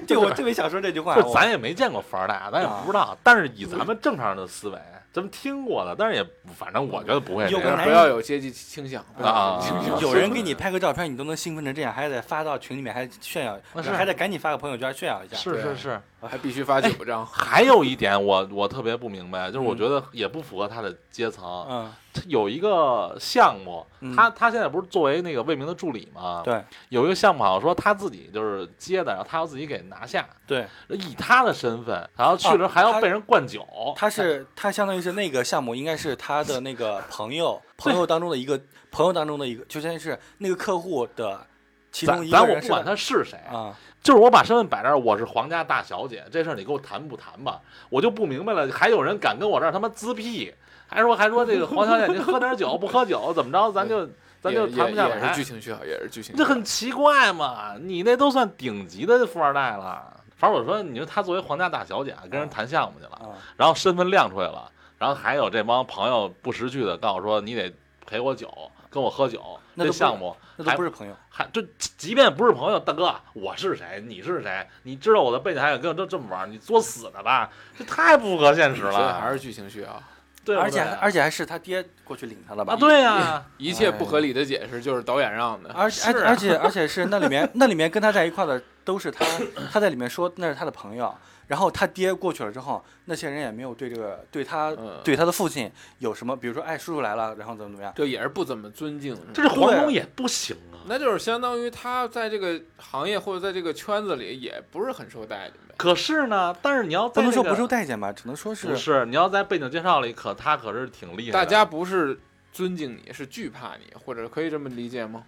对，我特别想说这句话
不。是
我 啊
咱也没见过富二代，咱也不知道，但是以咱们正常人的思维，咱们听过的，但是也反正我觉得不会这
有个
样
男
哎不要有阶级倾向不要有
啊
阶级倾向
啊
有人给你拍个照片，你都能兴奋成这样，还得发到群里面，还炫耀，
那是
还得赶紧发个朋友圈炫耀一下。
是
对
是是。
还必须发九张。
还有一点我，我特别不明白，就是我
嗯
觉得也不符合他的阶层。
嗯，
他有一个项目，
嗯
他他现在不是作为那个魏明的助理吗？，
对
有一个项目好像说他自己就是接的，然后他要自己给拿下，
对，
以他的身份，然后去了
啊
还要
他
被人灌酒。
他是他相当于是那个项目，应该是他的那个朋友朋友当中的一个朋友当中的一个，就像是那个客户的其中
咱
一
咱
个
我
人
不
是
管他是谁，
啊，
就是我把身份摆这儿，我是皇家大小姐，这事儿你给我谈不谈吧？我就不明白了，还有人敢跟我这儿他妈滋屁，还说还说这个黄小姐，你喝点酒不喝酒怎么着？咱 就 咱就
也
谈不下
也也
来
是。剧情需要，也是剧情需
这
要。
很奇怪嘛，你那都算顶级的富二代了。反正我说，你说她作为皇家大小姐啊跟人谈项目去
嗯
了，
啊
然后身份亮出来了，然后还有这帮朋友不识趣的告诉说你得陪我酒，跟我喝酒，
那
这
都不是
项目
那都不是朋友。
还这即便不是朋友，大哥，我是谁，你是谁，你知道我的背景，还敢跟我这这么玩，你作死呢吧？这太不符合现实
所以
了，
还是剧情需要，
对不对
而且而且还是他爹过去领他了吧？
啊，对呀、
一切不合理的解释就是导演让
哎
的。
而且而且而
啊
且而且是那里面那里面跟他在一块的都是他，他在里面说那是他的朋友，然后他爹过去了之后，那些人也没有对这个对他
嗯
对他的父亲有什么，比如说哎叔叔来了，然后怎么怎么样，
这也是不怎么尊敬，
这是黄
对
忠也不行啊。
那就是相当于他在这个行业或者在这个圈子里也不是很受待见呗。
可是呢，但是你要在
不能
那
说
个
不受待见吧，只能说
不
是
是，你要在背景介绍里可他可是挺厉害
大
的。
家不是尊敬你，是惧怕你，或者可以这么理解吗？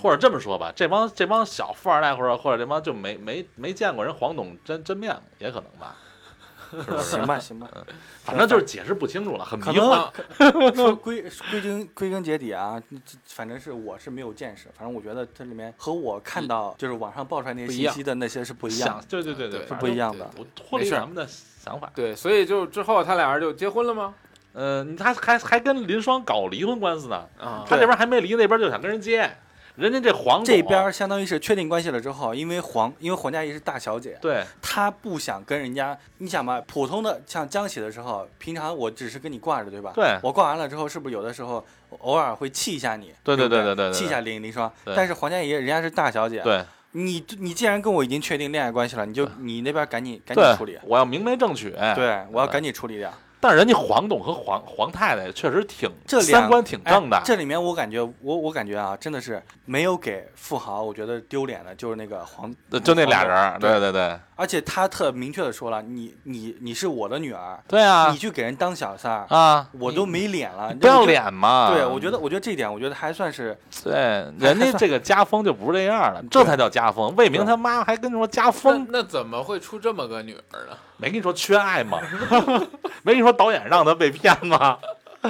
或者这么说吧，这帮这帮小富二代或者或者这帮就没没没见过人黄董真真面目，也可能吧。是不是
行？吧行吧，
嗯反正就是解释不清楚了，很迷
可
惑。
能说归归根归根结底啊，这反正是我是没有见识，反正我觉得这里面和我看
嗯
到就是网上爆出来那些
不一
信
样
息的那些是不一样
想
的，
对对对
对
对，
是
反
不
正
一样的。
我脱
没
离
事儿
咱们的想法。
对，所以就之后他俩人就结婚了吗？
呃，你他还还跟林双搞离婚官司呢，
啊，
他这边还没离，那边就想跟人结，人家这黄董
这边相当于是确定关系了之后，因为黄因为黄佳怡是大小姐，
对
他不想跟人家，你想嘛，普通的像江喜的时候，平常我只是跟你挂着，对吧？
对
我挂完了之后，是不是有的时候偶尔会气一下你？
对对
对
对
不
对对对
气一下林林双。
对
但是黄佳怡人家是大小姐，
对嗯
你你既然跟我已经确定恋爱关系了，你就你那边赶紧赶紧处理啊
对，，我要明媒正娶。呃
对我要赶紧处理啊掉。
但是人家黄董和黄黄太太确实挺
这两
三观挺正的
哎，这里面我感觉我我感觉啊，真的是没有给富豪，我觉得丢脸的就是那个黄，
就那俩人儿，
黄董
对对对
而且他特明确的说了，你你你是我的女儿，
对啊
你去给人当小三儿，
啊，
我都没脸了，
不要
我觉得。
脸嘛。
对，我觉得，我觉得这一点，我觉得还算是
对人家这个家风就不是这样 的，这才叫家风。魏明他妈还跟你说家
那
风，
那怎么会出这么个女儿呢？
没跟你说缺爱吗？ 没跟你说导演让他被骗吗？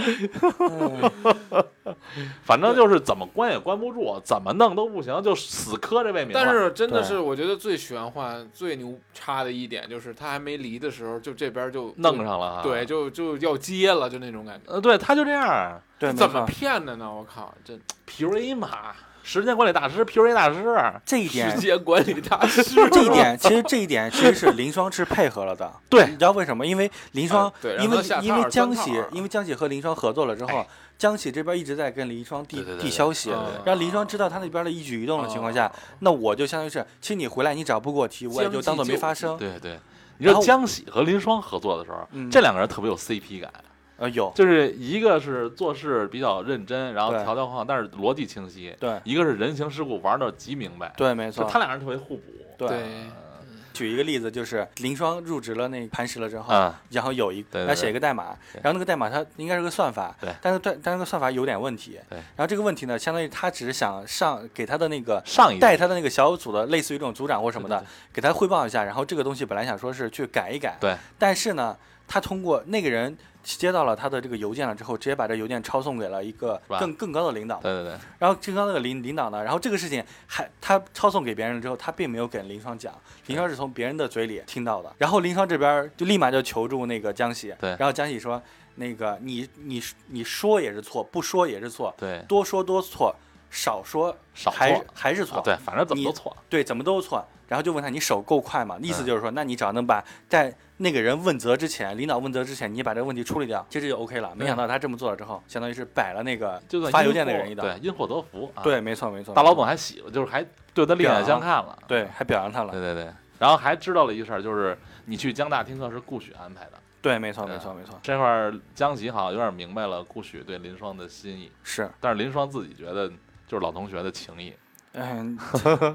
反正就是怎么关也关不住，怎么弄都不行，就死磕这魏明了。
但是真的
对
是，我觉得最玄幻、最牛叉的一点就是，他还没离的时候，就这边就
弄上了，
对，，就就要接了，就那种感觉。
呃，对，他就这样
对，没
怎么
错
骗的呢？我靠，这
PUA 嘛，时间管理大师，PUA 大师，
这一点
时，间管理 大师
这一点，其实这一点其实是林双是配合了的。
对
你知道为什么？因为林双
啊对，让
因为
他下套
因为江
钻
喜
套，
因为江喜和林双合作了之后
哎，
江喜这边一直在跟林双递
对对对
递
对
消息
对对对，
让林双知道他那边的一举一动的情况下，那我就相当于是，其实你回来你只要不给我提，我也就当做没发生。
对对。你知
然
道
后
江喜和林双合作的时候，
嗯
这两个人特别有 CP 感，
呃，有
就是一个是做事比较认真，然后
对
条条框框，但是逻辑清晰；
对
一个是人情世故玩的极明白，
对，没
就
错
他。俩人特别互补。
对
对，
举一个例子，就是林双入职了那磐石了之后，
啊，
然后有一
对对
他写一个代码，
对
然后那个代码它应该是个算法，
对
但是对，但是那个算法有点问题，
对
然后这个问题呢，相当于他只是想上给他的那个
上一
带
代
他的那个小组的类似于这种组长或什么的，
对对
给他汇报一下，然后这个东西本来想说是去改一改，
对
但是呢，他通过那个人。接到了他的这个邮件了之后，直接把这邮件抄送给了一个
吧
更更高的领导，
对对对，
然后金刚那个领领导呢，然后这个事情还他抄送给别人之后，他并没有给林双讲，林双是从别人的嘴里听到的。然后林双这边就立马就求助那个江喜，
对
然后江喜说，那个你你你说也是错，不说也是错，
对
多说多错，少说
少
还
错
是还是错，
啊对，反正怎么
你
都错，
对怎么都错。然后就问他你手够快吗？意思就是说，那你只要能把在那个人问责之前，领导问责之前，你把这个问题处理掉，其实就 OK 了。没想到他这么做了之后，相当于是摆了那个
就算
发
因
邮件
祸
那个人一道。
对，因祸得福啊。，
对，没错没错，
大老
没错
总还喜了，就是还对他另眼相看了。
对还表扬他了
对，对对，然后还知道了一个事儿，就是你去江大听课是顾许安排的。
对，没错
对
没错没错，
这块儿江喜好像有点明白了顾许对林双的心意，
是，
但是林双自己觉得就是老同学的情谊。
嗯，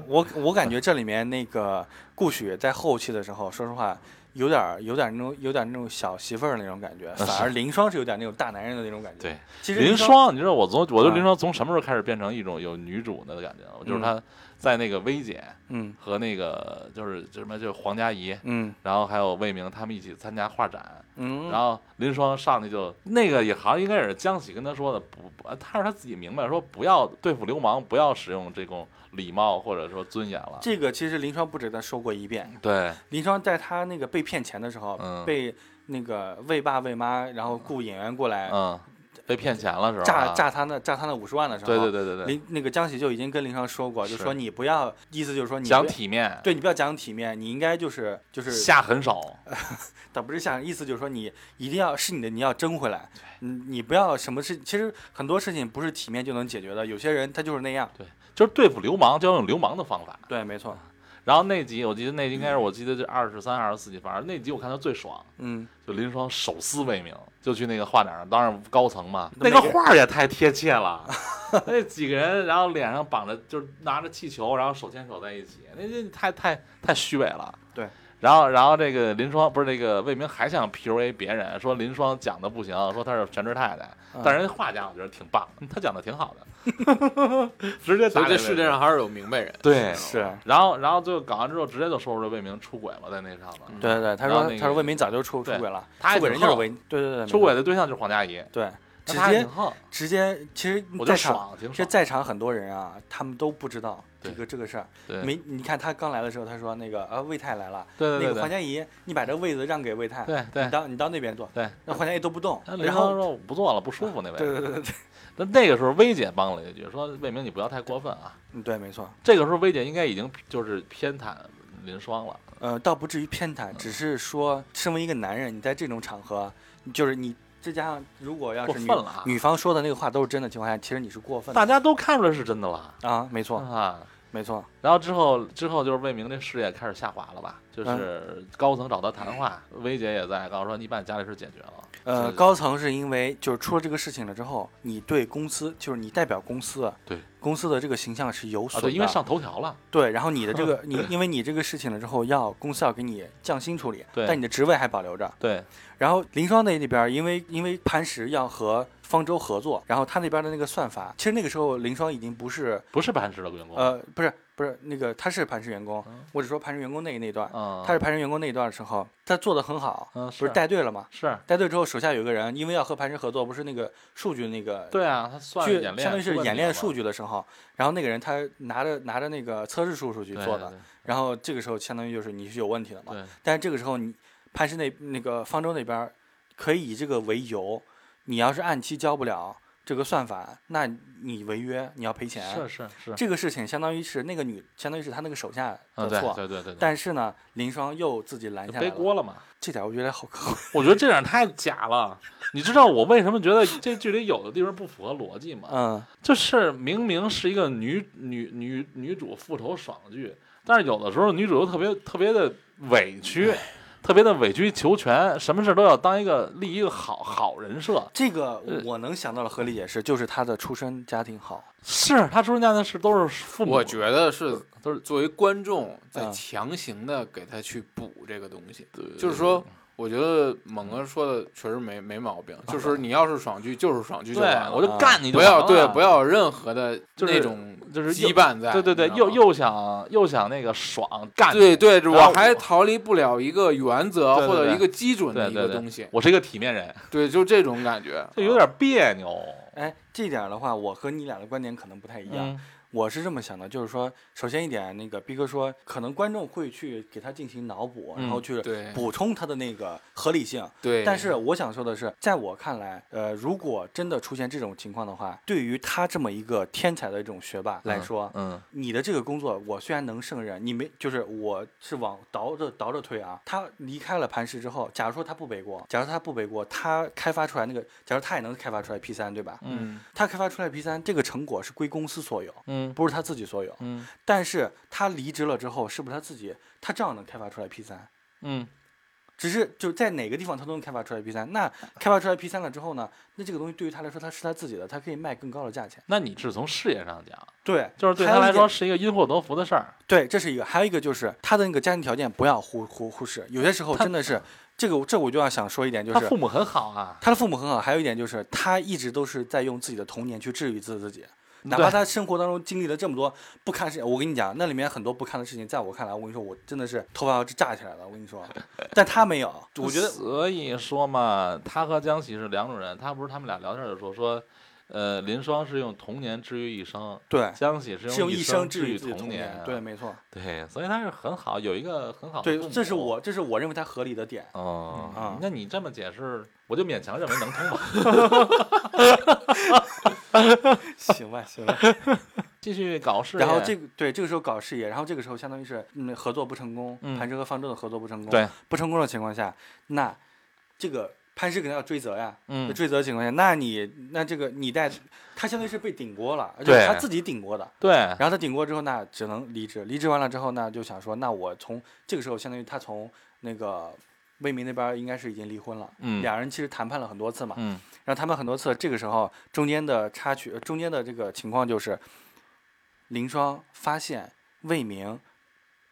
我我感觉这里面那个顾许在后期的时候，说实话。有点儿有点儿那种有点儿那种小媳妇儿那种感觉，
啊是
反而林双是有点那种大男人的那种感觉。
对，
其实
林
双
双，你知道我从我对
啊
林双从什么时候开始变成一种有女主的感觉了？就是
嗯
她在那个薇姐
嗯
和那个就是就什么就是黄佳怡，
嗯
然后还有魏明他们一起参加画展，
嗯，
然后林双上去就那个也好像应该也是江喜跟他说的，不，不他是他自己明白说不要对付流氓，不要使用这种礼貌或者说尊严了。
这个其实林双不止他说过一遍，
对
林双在他那个被骗钱的时候，
嗯
被那个魏爸魏妈，然后雇演员过来、
嗯，被骗钱了是吧？
炸炸他那炸他那五十万的时候，
对对对对对，
林那个江喜就已经跟林双说过，就是说你不要，意思就是说你
讲
不要，
体面，
对你不要讲体面，你应该就是就是，呃
下狠手，
倒不是像意思就是说你一定要是你的，你要争回来，你你不要什么事，其实很多事情不是体面就能解决的，有些人他就是那样，
就是对付流氓就要用流氓的方法。
对，没错，
然后那集我记得那集应该是我记得这二十三、二十四集，反正那集我看他最爽，
嗯，
就林双手撕为名，就去那个画展上，当然高层嘛，
那
那
个
个画儿也太贴切了。 那几个人，然后脸上绑着，就是拿着气球，然后手牵手在一起，那这太太太虚伪了。
对。
然后，然后这个林双不是那个魏明还想 PUA 别人，说林双讲的不行，说她是全职太太，
嗯
但人家画家我觉得挺棒，他讲的挺好的， 直接
所
打
以这世界上还是有明白人。
对
是。
然后，然后最后搞完之后，直接就说出来魏明出轨了，在那上面。
对对对，他
然后
说、
那
他说
个
魏明早就出出
对
轨了，
他
出
也挺
轨人就是
横
魏，对对对，没
出
错
轨的对象就是黄佳怡，
对，
那
直
他还
接
挺横，
直接其实
我就
嗯在场
爽，挺
这
爽。
在场很多人啊，他们都不知道这
对
个这个事儿，
对
没你看他刚来的时候，他说那个啊魏太来了。
对
那
对
个黄
对
佳怡，你把这位子让给魏太，
对
你
对对。
到你到那边坐。
对，
那黄佳怡都不动，
那林
然
双
后
说我不做了，不舒服那位。
对对对对
那那个时候，薇姐帮了一句，说魏明你不要太过分啊。
嗯对，没错，
这个时候，薇姐应该已经就是偏袒林双了。
呃，倒不至于偏袒，只是说身为一个男人，你在这种场合，就是你再加上如果要
过
是女
分了啊
女方说的那个话都是真的情况下，其实你是过分
大
的
家都看出来是真的了
啊，没 错
啊。
没错，
然后之后之后就是魏明这事业开始下滑了吧？
嗯
就是高层找他谈话，薇姐也在，告诉说你把你家里事解决了。
呃，
是
高层是因为就是出了这个事情了之后，你对公司就是你代表公司，
对
公司的这个形象是有
啊，
损的，
对，因为上头条了，
对，然后你的这个你因为你这个事情了之后，要公司要给你降薪处理，
对
但你的职位还保留着。
对
然后林双那那边儿，因为因为磐石要和方舟合作，然后他那边的那个算法，其实那个时候林双已经不是
不是磐石的员工，
呃不是不是那个他是磐石员工
嗯，
我只说磐石员工那那一段，
嗯，
他是磐石员工那一段的时候，他做的很好，
嗯
不
是
是带队了吗？
是，
带队之后手下有一个人，因为要和磐石合作，不是那个数据那个
对啊，他算
去
是演练，
相当于是演练数
据
据的时候，然后那个人他拿着拿着那个测试数数据做的。，啊然后这个时候相当于就是你是有问题的
对
嘛。
对
但是这个时候你潘石那那个方舟那边儿可以以这个为由，你要是按期交不了这个算法，那你违约你要赔
对
钱。
是是是，
这个事情相当于是那个女，相当于是她那个手下
嗯
啊
的
对
错，
对对对对，
但是呢，林双又自己拦
就
下来
背
了。
锅了嘛。
这点我觉得好可恶。
我觉得这点太假了，你知道我为什么觉得这剧里有的地方不符合逻辑吗？
嗯，
就是明明是一个女女女女主复仇爽剧，但是有的时候女主又特别特别的委屈，特别的委曲求全，什么事都要当一个立一个好好人设。
这个
呃
我能想到的合理解释就是他的出身家庭好，
是他出生家庭是都是父母，
我觉得是
都是
作为观众在
嗯
强行的给他去补这个东西，就是说。我觉得猛哥说的确实没没毛病，就是你要是爽剧就是爽剧就
对
完，了，
我就干你就
啊不要
完了
对不要有任何的
就是
那种
就是又
羁绊在，
对对对，
你知道
又
吗
又想又想那个爽干，
对对，
然后
我还逃离不了一个原则
对对
或者
对
一个基准的
对
一
对
个
对
东西，
我是一个啊体面人，
对，就这种感觉，啊
就有点别扭。
哎，这一点的话，我和你俩的观点可能不太一样。
嗯，
我是这么想的，就是说，首先一点，那个逼哥说，可能观众会去给他进行脑补，然后
嗯
去
对
补充他的那个合理性。
对。
但是我想说的是，在我看来，呃，如果真的出现这种情况的话，对于他这么一个天才的这种学霸来说，
嗯，
你的这个工作，我虽然能胜任，你没就是我是往倒着倒着推啊。他离开了磐石之后，假如说他不背锅，假如他不背锅，他开发出来那个，假如他也能开发出来 P 三，对吧？
嗯
他开发出来 P 三这个成果是归公司所有，
嗯
不是他自己所有。
嗯
但是他离职了之后，是不是他自己他照样能开发出来 P 三？
嗯，
只是就在哪个地方他都能开发出来 P 三。那开发出来 P 三了之后呢？那这个东西对于他来说，他是他自己的，他可以卖更高的价钱。
那你是从事业上讲，
对，
就是对
还
他
有一
来
点
说是一个因祸得福的事儿。
对，这是一个，还有一个就是他的那个家庭条件不要忽忽忽视，有些时候真 的是这个，这我就要想说一点，就
他
是
父母很好啊，
他的父母很好，还有一点就是他一直都是在用自己的童年去治愈自自己，哪
对
怕他生活当中经历了这么多不堪事情，我跟你讲，那里面很多不堪的事情，在我看来，我跟你说，我真的是头发要炸起来了，我跟 你说，但他没有，我觉得
所以说嘛，他和江喜是两种人。他不是他们俩聊天的时候说，呃，林双是用童年治愈一生，
对，
江喜是
是用
一
一
生
生治愈
愈
自己的童
年。啊
对，没错，
对，所以他是很好，有一个很好啊的
对
父，母
这是我这是我认为他合理的 点。
哦、
嗯啊
那你这么解释，我就勉强认为能通 吧。
行吧，行吧。
继续搞事业，
然后这个对这个时候搞事业，然后这个时候相当于是嗯合作不成功，
嗯
磐石和方舟的合作不成功，
对，
不成功的情况下，那这个磐石肯定要追责呀。
嗯，
追责的情况下，那你那这个你带他相当于是被顶锅了，而且
对
他自己顶锅的。
对，
然后他顶锅之后，那只能离职。离职完了之后，那就想说，那我从这个时候相当于他从那个魏明那边应该是已经离婚了，
嗯
俩人其实谈判了很多次嘛，
嗯
让他们很多次，这个时候中间的插曲，呃中间的这个情况就是，林双发现魏明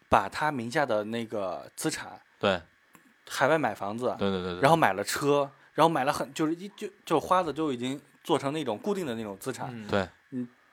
把他名下的那个资产，
对
海外买房子，
对对对对，
然
后
后买了车，然后买了很就是一就就花的都已经做成那种固定的那种资产，
嗯
啊对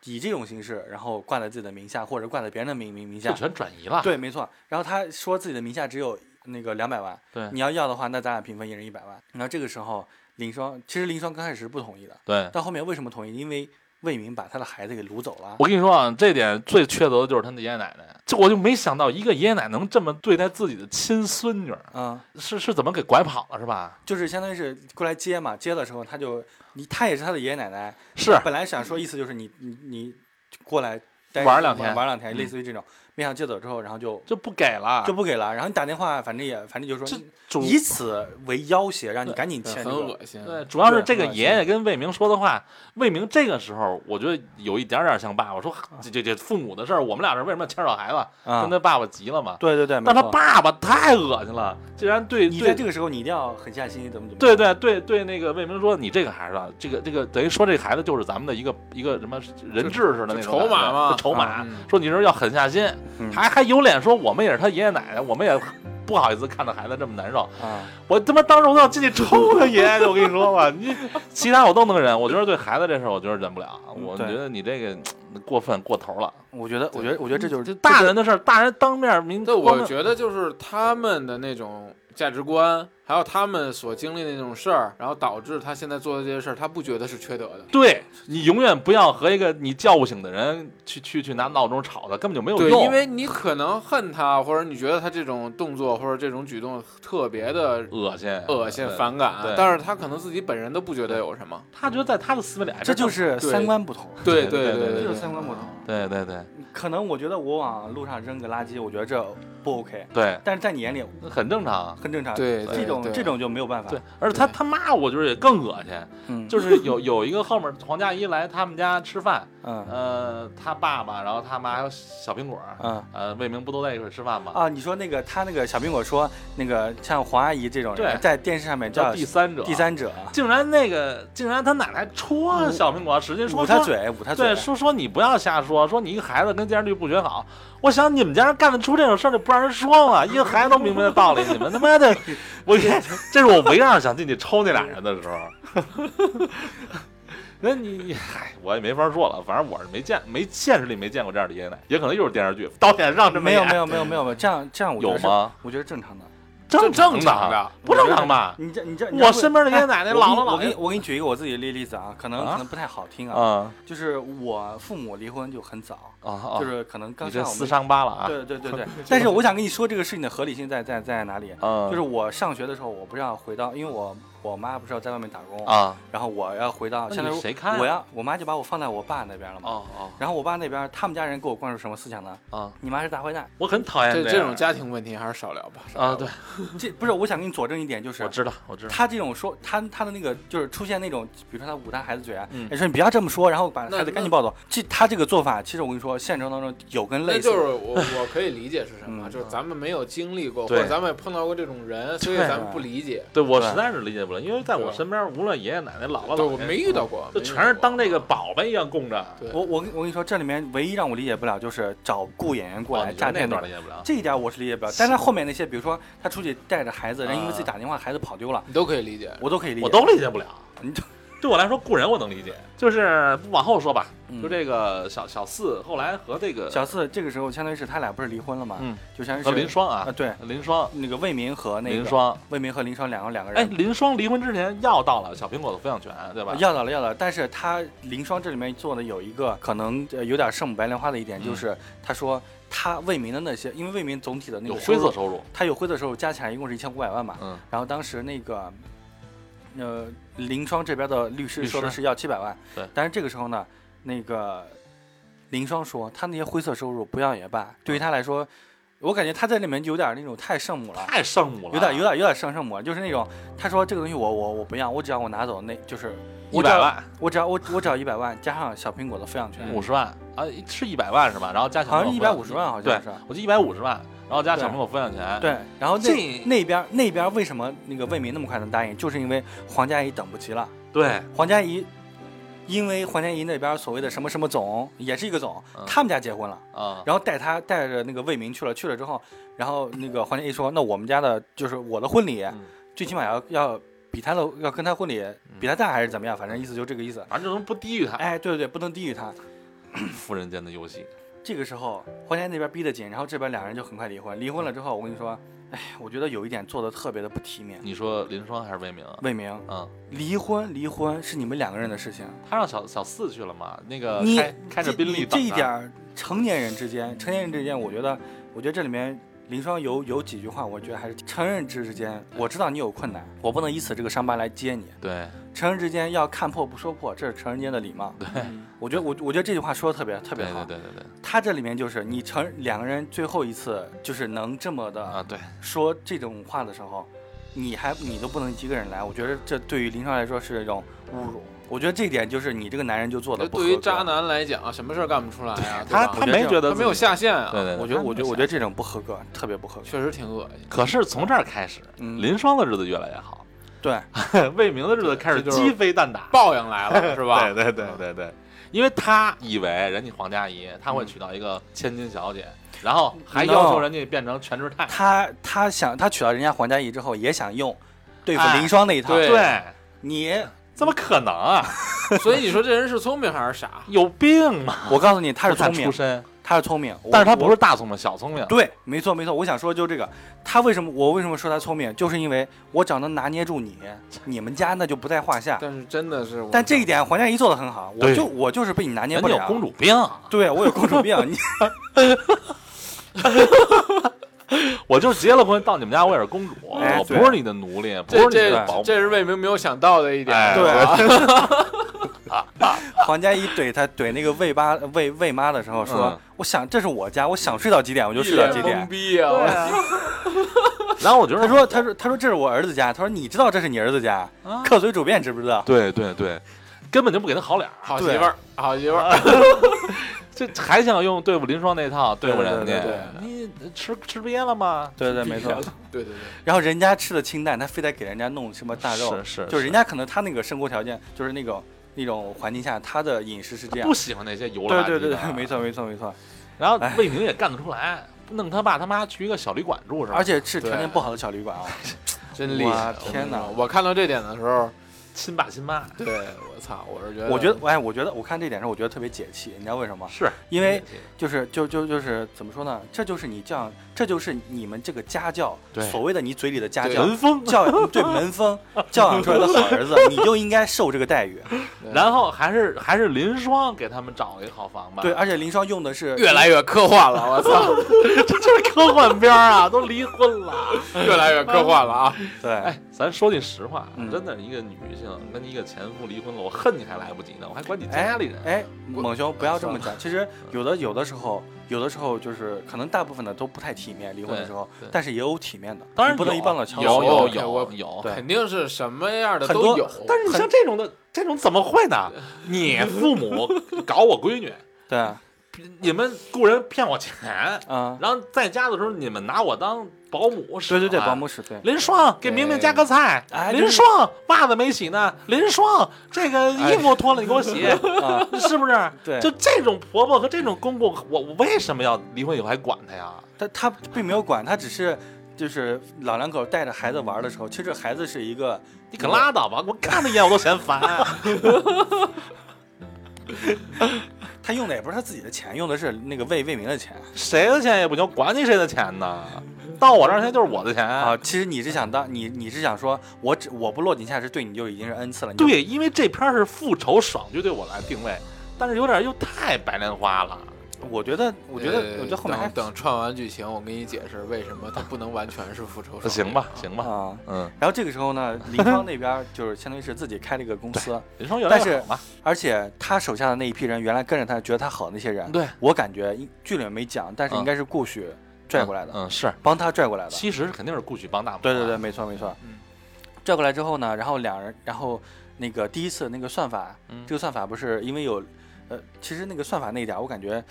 以这种形式，然后挂在自己的名下或者挂在别人的名名名
就
下，
全转移了，
对，没错。然后他说自己的名下只有那个两百万，
对
你要要的话，那咱俩平分，一人一百万。然后这个时候，林双其实林双刚开始是不同意的。
对。
但后面为什么同意？因为魏明把他的孩子给掳走了。
我跟你说啊，这点最缺德的就是他的爷爷奶奶，这我就没想到一个爷爷奶奶能这么对待自己的亲孙女儿，
嗯，
是是怎么给拐跑了是吧？
就是相当于是过来接嘛，接的时候他就你他也是他的爷爷奶奶，
是
本来想说意思就是你你你过来待
玩两天
玩两天，
嗯
类似于这种，没想接走之后，然后就
就不给了，
就不给了，然后你打电话，反正也反正就
这
说
主
以此为要挟，让你赶紧
对
签这
很
个。
恶心，
对，主要是
对
这个
很恶
爷爷跟魏明说的话，魏明这个时候我觉得有一点点像爸爸，说这这这父母的事儿，我们俩这为什么要牵扯孩子？
啊
跟他爸爸急了嘛。
对对对，没
但他
错
爸爸太恶心了，竟然对
你在
对
这个时候你一定要狠下心，怎么怎么
对
样
对对对那个魏明说你这个孩子啊，这个这个等于说这个孩子就是咱们的一个一个什么人质似的那种
就筹码
感觉
嘛
就筹码。
啊嗯
说你这要狠下心，
嗯
还还有脸说我们也是他爷爷奶奶，我们也不好意思看着孩子这么难受。
啊，
我他妈当时我都要进去 抽他爷爷去！我跟你说吧，你其他我都能忍，我觉得对孩子这事儿，我觉得忍不了。啊
嗯
我
对
觉得你这个嗯过分过头了。
我觉得我觉得我觉得这就是
这大人的事儿，大人当面明，
对，
光
我
明
觉得就是他们的那种价值观，还有他们所经历的那种事儿，然后导致他现在做的这些事儿，他不觉得是缺德的。
对你永远不要和一个你叫不醒的人去去去拿闹钟吵他，根本就没有
对，
用。
因为你可能恨他，或者你觉得他这种动作或者这种举动特别的
恶心，
恶心、
对
反感啊
对，
但是他可能自己本人都不觉得有什么。
他觉得在他的思维里，哎
这就是
对
三观不同，
对
对对
对
对
这
对
就是三观不同。
对对对
可能我觉得我往路上扔个垃圾，我觉得这不 OK，
对
但是在你眼里
对，很正常。
很正常。
对
这
对
种
对
这种就没有办法。
对，，而且他
对
他骂我就是也更恶心，
嗯，
就是有有一个后面黄佳怡来他们家吃饭，
嗯
呃，他爸爸，然后他妈还有小苹果，
嗯
呃，魏明不都在一块儿吃饭吗？
啊，你说那个他那个小苹果说那个像黄阿姨这种人
对
在电视上面
叫
叫
第三者，啊
第三者，啊
竟然那个竟然他奶奶戳小苹果，使劲说
捂他，
说
嘴，捂他嘴
对，，说说你不要瞎说，说你一个孩子跟电视剧不学好，我想你们家人干得出这种事儿就不让人说嘛，一个孩子都明白的道理，你们他妈的，我 这这是我围绕着想进去抽那俩人的时候。 那你你嗨，我也没法说了，反正我是没见，没现实里没见过这样的爷爷奶奶，也可能又是电视剧导演让这么
没有
演
没有没有没有没有，这样这样我觉
有
得是
吗？
我觉得正常的。
正
正
常
常的，
不正常吧？
你这你这，你这
我身边的爷爷奶奶、
哎
姥姥
我
姥
给你我给你
爷，
我给你举一个我自己的例子啊，可能
啊
可能不太好听啊，
啊
就是我父母离婚就很早，
啊啊！
就是可能刚
你这
上我
撕
们。
伤疤了啊！
对对对对， 但是我想跟你说这个事情的合理性在在在哪里？
嗯，
就是我上学的时候，我不是要回到，因为我我妈不是要在外面打工，
啊，
然后我要回到，
那
相当
你
于
谁看啊
我要我妈就把我放在我爸那边了嘛。
哦哦
然后我爸那边，他们家人给我灌输什么思想呢？
啊，
你妈是大坏蛋。
我很讨厌
这
样
啊
这种家庭问题还是少聊吧。少聊
啊，
吧
对，，
这不是，我想给你佐证一点，就是
我知道，我知道，
他这种说，他他的那个就是出现那种，比如说他捂他孩子嘴啊，
嗯
哎说你不要这么说，然后把
那
孩子赶紧
那
抱走。这他这个做法，其实我跟你说，现实当中有跟
那
类
就是
似。
我我可以理解是什么，
嗯
就是咱们没有经历过，或
对
者咱们也碰到过这种人，所以
啊
对
咱们不理解。
对我
对
实在是理解不了，因为在我
对
身边，无论爷爷奶奶、姥姥
对，
姥
我
爷，
没遇到过，
就
没遇
全是
到过啊
当这个宝贝一样供着。
对
我我跟我跟你说，这里面唯一让我理解不了就是找雇演员过
哦
来
你就
诈
那
骗
段
的
理，解不了。
这一点我是理解不了。但是他后面那些，比如说他出去带着孩子，人因为自己打电话，孩子跑丢了，
你都可以 理解。
我都可以理解。
啊我都理解不了
你这。
对我来说，雇人我能理解，就是不往后说吧，
嗯
就这个小小四后来和这个
小四这个时候相当于是他俩不是离婚了嘛，
呃嗯
就相当于
和
是
林双
啊，
啊，
对，
林双，
那个魏明和那个
林双，
魏明和林双两个两个
哎，
人。
林双离婚之前要到了小苹果的抚养权，对吧？
要到了，要到了，但是他林双这里面做的有一个可能呃有点圣母白莲花的一点，
嗯
就是他说他魏明的那些，因为魏明总体的那
有
个
灰
收
色
入，
收入，
他有灰色收入加起来一共是一千五百万嘛，
嗯，
然后当时那个呃林双这边的律师
律师
说的是要七百万，
对
但是这个时候呢，那个林双说他那些灰色收入不要也罢，
嗯
对于他来说，我感觉他在里面有点那种太圣母了，
太圣母了，
有点有点有点上圣母，就是那种他说这个东西我我我不要，我只要我拿走那就是
一
我只
百
要
万，
我只要我我只要一百万加上小苹果的抚养权，
五十万啊，是一百万是吧？然后加小
嗯好像
朋
一
友
百
抚养
五十万好
对
像是。，
我就一百五十万，然后加小朋友抚养权。，
对，然后
这
那那边那边为什么那个魏明那么快能答应，就是因为黄佳怡等不及了。
对
黄佳怡，因为黄佳怡那边所谓的什么什么总，也是一个总
嗯，
他们家结婚了，
啊，
然后带他带着那个魏明去了，去了之后，然后那个黄佳怡说，那我们家的就是我的婚礼，
嗯
最起码要要比他的要跟他婚礼比他大还是怎么样，反正意思就这个意思。
反正就能不低于他。
哎，对对对，不能低于他。
富人间的游戏，
这个时候，黄佳怡那边逼得紧，然后这边两人就很快离婚。离婚了之后，我跟你说，哎，我觉得有一点做的特别的不体面。
你说林双还是魏明啊？
魏明，
嗯，
离婚离婚是你们两个人的事情，
他让小小四去了嘛？那个
你
开开着
这
宾
你
利啊
这
等
一
着
点，儿，成年人之间，成年人之间，我觉得，我觉得这里面林双有有几句话，我觉得还是成人之间，我知道你有困难，我不能以此这个伤疤来揭你。
对
成人之间要看破不说破，这是成人间的礼貌。
对
嗯
我觉得我我觉得这句话说的特别特别
对
好
对。对对对
他这里面就是你成两个人最后一次就是能这么的
啊，对
说这种话的时候，你还你都不能一个人来，我觉得这对于林双来说是一种侮辱。我觉得这一点就是你这个男人就做的
就
不合
对
格
于渣，男来讲，啊什么事儿干不出来呀？对
他
吧
他
觉得
没
这
觉得
他
自
没有
己
下限啊，
对对，对
我觉得我觉得我觉
得。
得这种不合格，特别不合格。
确实挺恶心。
可是从这儿开始，
嗯
林啊双的日子越来越好，
对，
魏明的日子开始
这就是
鸡飞蛋打，
报应来了是吧？
对对对对对，因为他以为人家黄佳怡她会娶到一个千金小姐，然后还要求人家变成全职太太。
他他想他娶到人家黄佳怡之后，也想用对付
哎
林双那一套。
对
你，
怎么可能啊？
所以你说这人是聪明还是傻？
有病吗？
我告诉你，他是
不看
聪明
出，身，
他是聪明，我
但是他
我
不是大聪明，小聪明。
对，没错没错，我想说就这个，他为什么我为什么说他聪明，就是因为我只要能拿捏住你，你们家那就不在话下。
但是真的是我，
但这一点黄佳怡做的很好，我
对
就我就是被你拿捏
人
不
家
了。
有公主病，
对我有公主病，你
我就是结了婚到你们家，我也是公主，
哎
我
对
不是你的奴隶，不是
这
你的
这
保姆。
这是魏明没有想到的一
哎
点。
对啊
吧
黄佳怡怼他怼那个魏妈魏魏妈的时候说，
嗯
我想这是我家，我想睡到几点我就睡到几
一脸
点
懵。逼啊！
然后我觉得
他说他说他说这是我儿子家，他说你知道这是你儿子家，
啊
客随主便知不知道？
对对对，根本就不给他好脸儿，
好媳
对
妇儿，好媳妇儿，
这还想用对付林双那套对付
对
人
对
家
对？
你吃吃瘪了吗？
对对
吃
没
瘪
错
了
对对对，
然后人家吃的清淡，他非得给人家弄什么大肉，
是是
就是人家可能他那个生活条件就是那种那种环境下，他的饮食是这 样
不。喜欢那些油
对
了
对对对，没。错没错没错，
然后
哎
魏宁也干得出来，弄他爸他妈去一个小旅馆住是吧？
而且是条
对
件不好的小旅馆啊。
真厉害！
哇天哪
哪！我看到这点的时候，
亲爸亲妈
对我操，我是觉得，
我觉得，哎，我觉得我看这点上，我觉得特别解气，你知道为什么吗？
是
因为就是就就就是怎么说呢？这就是你这样，这就是你们这个家教，
对
所谓的你嘴里的家
对
教
门风。
教嗯对 门风教养出来的好儿子，你就应该受这个待遇。
对
然后还是还是林双给他们找了一个好房吧？
对，，而且林双用的是
越来越科幻了，我操，
这就是科幻片儿啊，都离婚了。
越来越科幻了啊！
对
哎，咱说句实话，
嗯
真的一个女性跟一个前夫离婚了，我恨你还来不及呢，我还管你家里人。
哎，猛兄不要这么讲。其实有的有的时候，有的时候就是可能大部分的都不太体面，离婚的时候
对对，
但是也有体面的，
当然
你不能
有啊
一棒子敲
有
死
有
人
哎
有
我
有，
对
肯定是什么样的
很多
都有，
但是你像这种的，这种怎么会 呢？你父母搞我闺女，
对啊，
你们雇人骗我钱，
嗯，
然后在家的时候你们拿我当保姆使
对
唤，
对对，保姆使 对。
林双给明明加个菜，
哎
林双袜子没洗呢，林双这个衣
哎
服脱了你给我洗，
啊
是不是？
对
就这种婆婆和这种公公，我我为什么要离婚以后还管她呀？
他他并没有管，他只是就是老两口带着孩子玩的时候，其实孩子是一个
你可拉倒吧，我看她一眼我都嫌 烦。
他用的也不是他自己的钱，用的是那个魏魏明的钱
谁的钱也不行，管你谁的钱呢？到我这儿钱就是我的钱
啊。其实你是想当你你是想说，我只我不落井下石，对你就已经是恩赐了。你就，
对，因为这片儿是复仇爽剧对我来定位，但是有点又太白莲花了。
我觉得我觉得
呃
我觉得后面还
等等串完剧情，我给你解释为什么它不能完全是复
呃
仇。
行吧，，行吧，
啊。
嗯，
然后这个时候呢，林双那边就是相当于是自己开了一个公司，
人生越来
但
越
是
好嘛。
而且他手下的那一批人，原来跟着他觉得他好的那些人，
对，
我感觉剧里面没讲，但是
嗯
应该是顾许拽过来的，
嗯，嗯是，
帮他拽过来的。
其实肯定是顾许帮大忙。
对对对，，没错没错。
嗯，
拽过来之后呢，然后两人，然后那个第一次那个算法，
嗯
这个算法不是因为有，呃，其实那个算法那一点儿我感觉，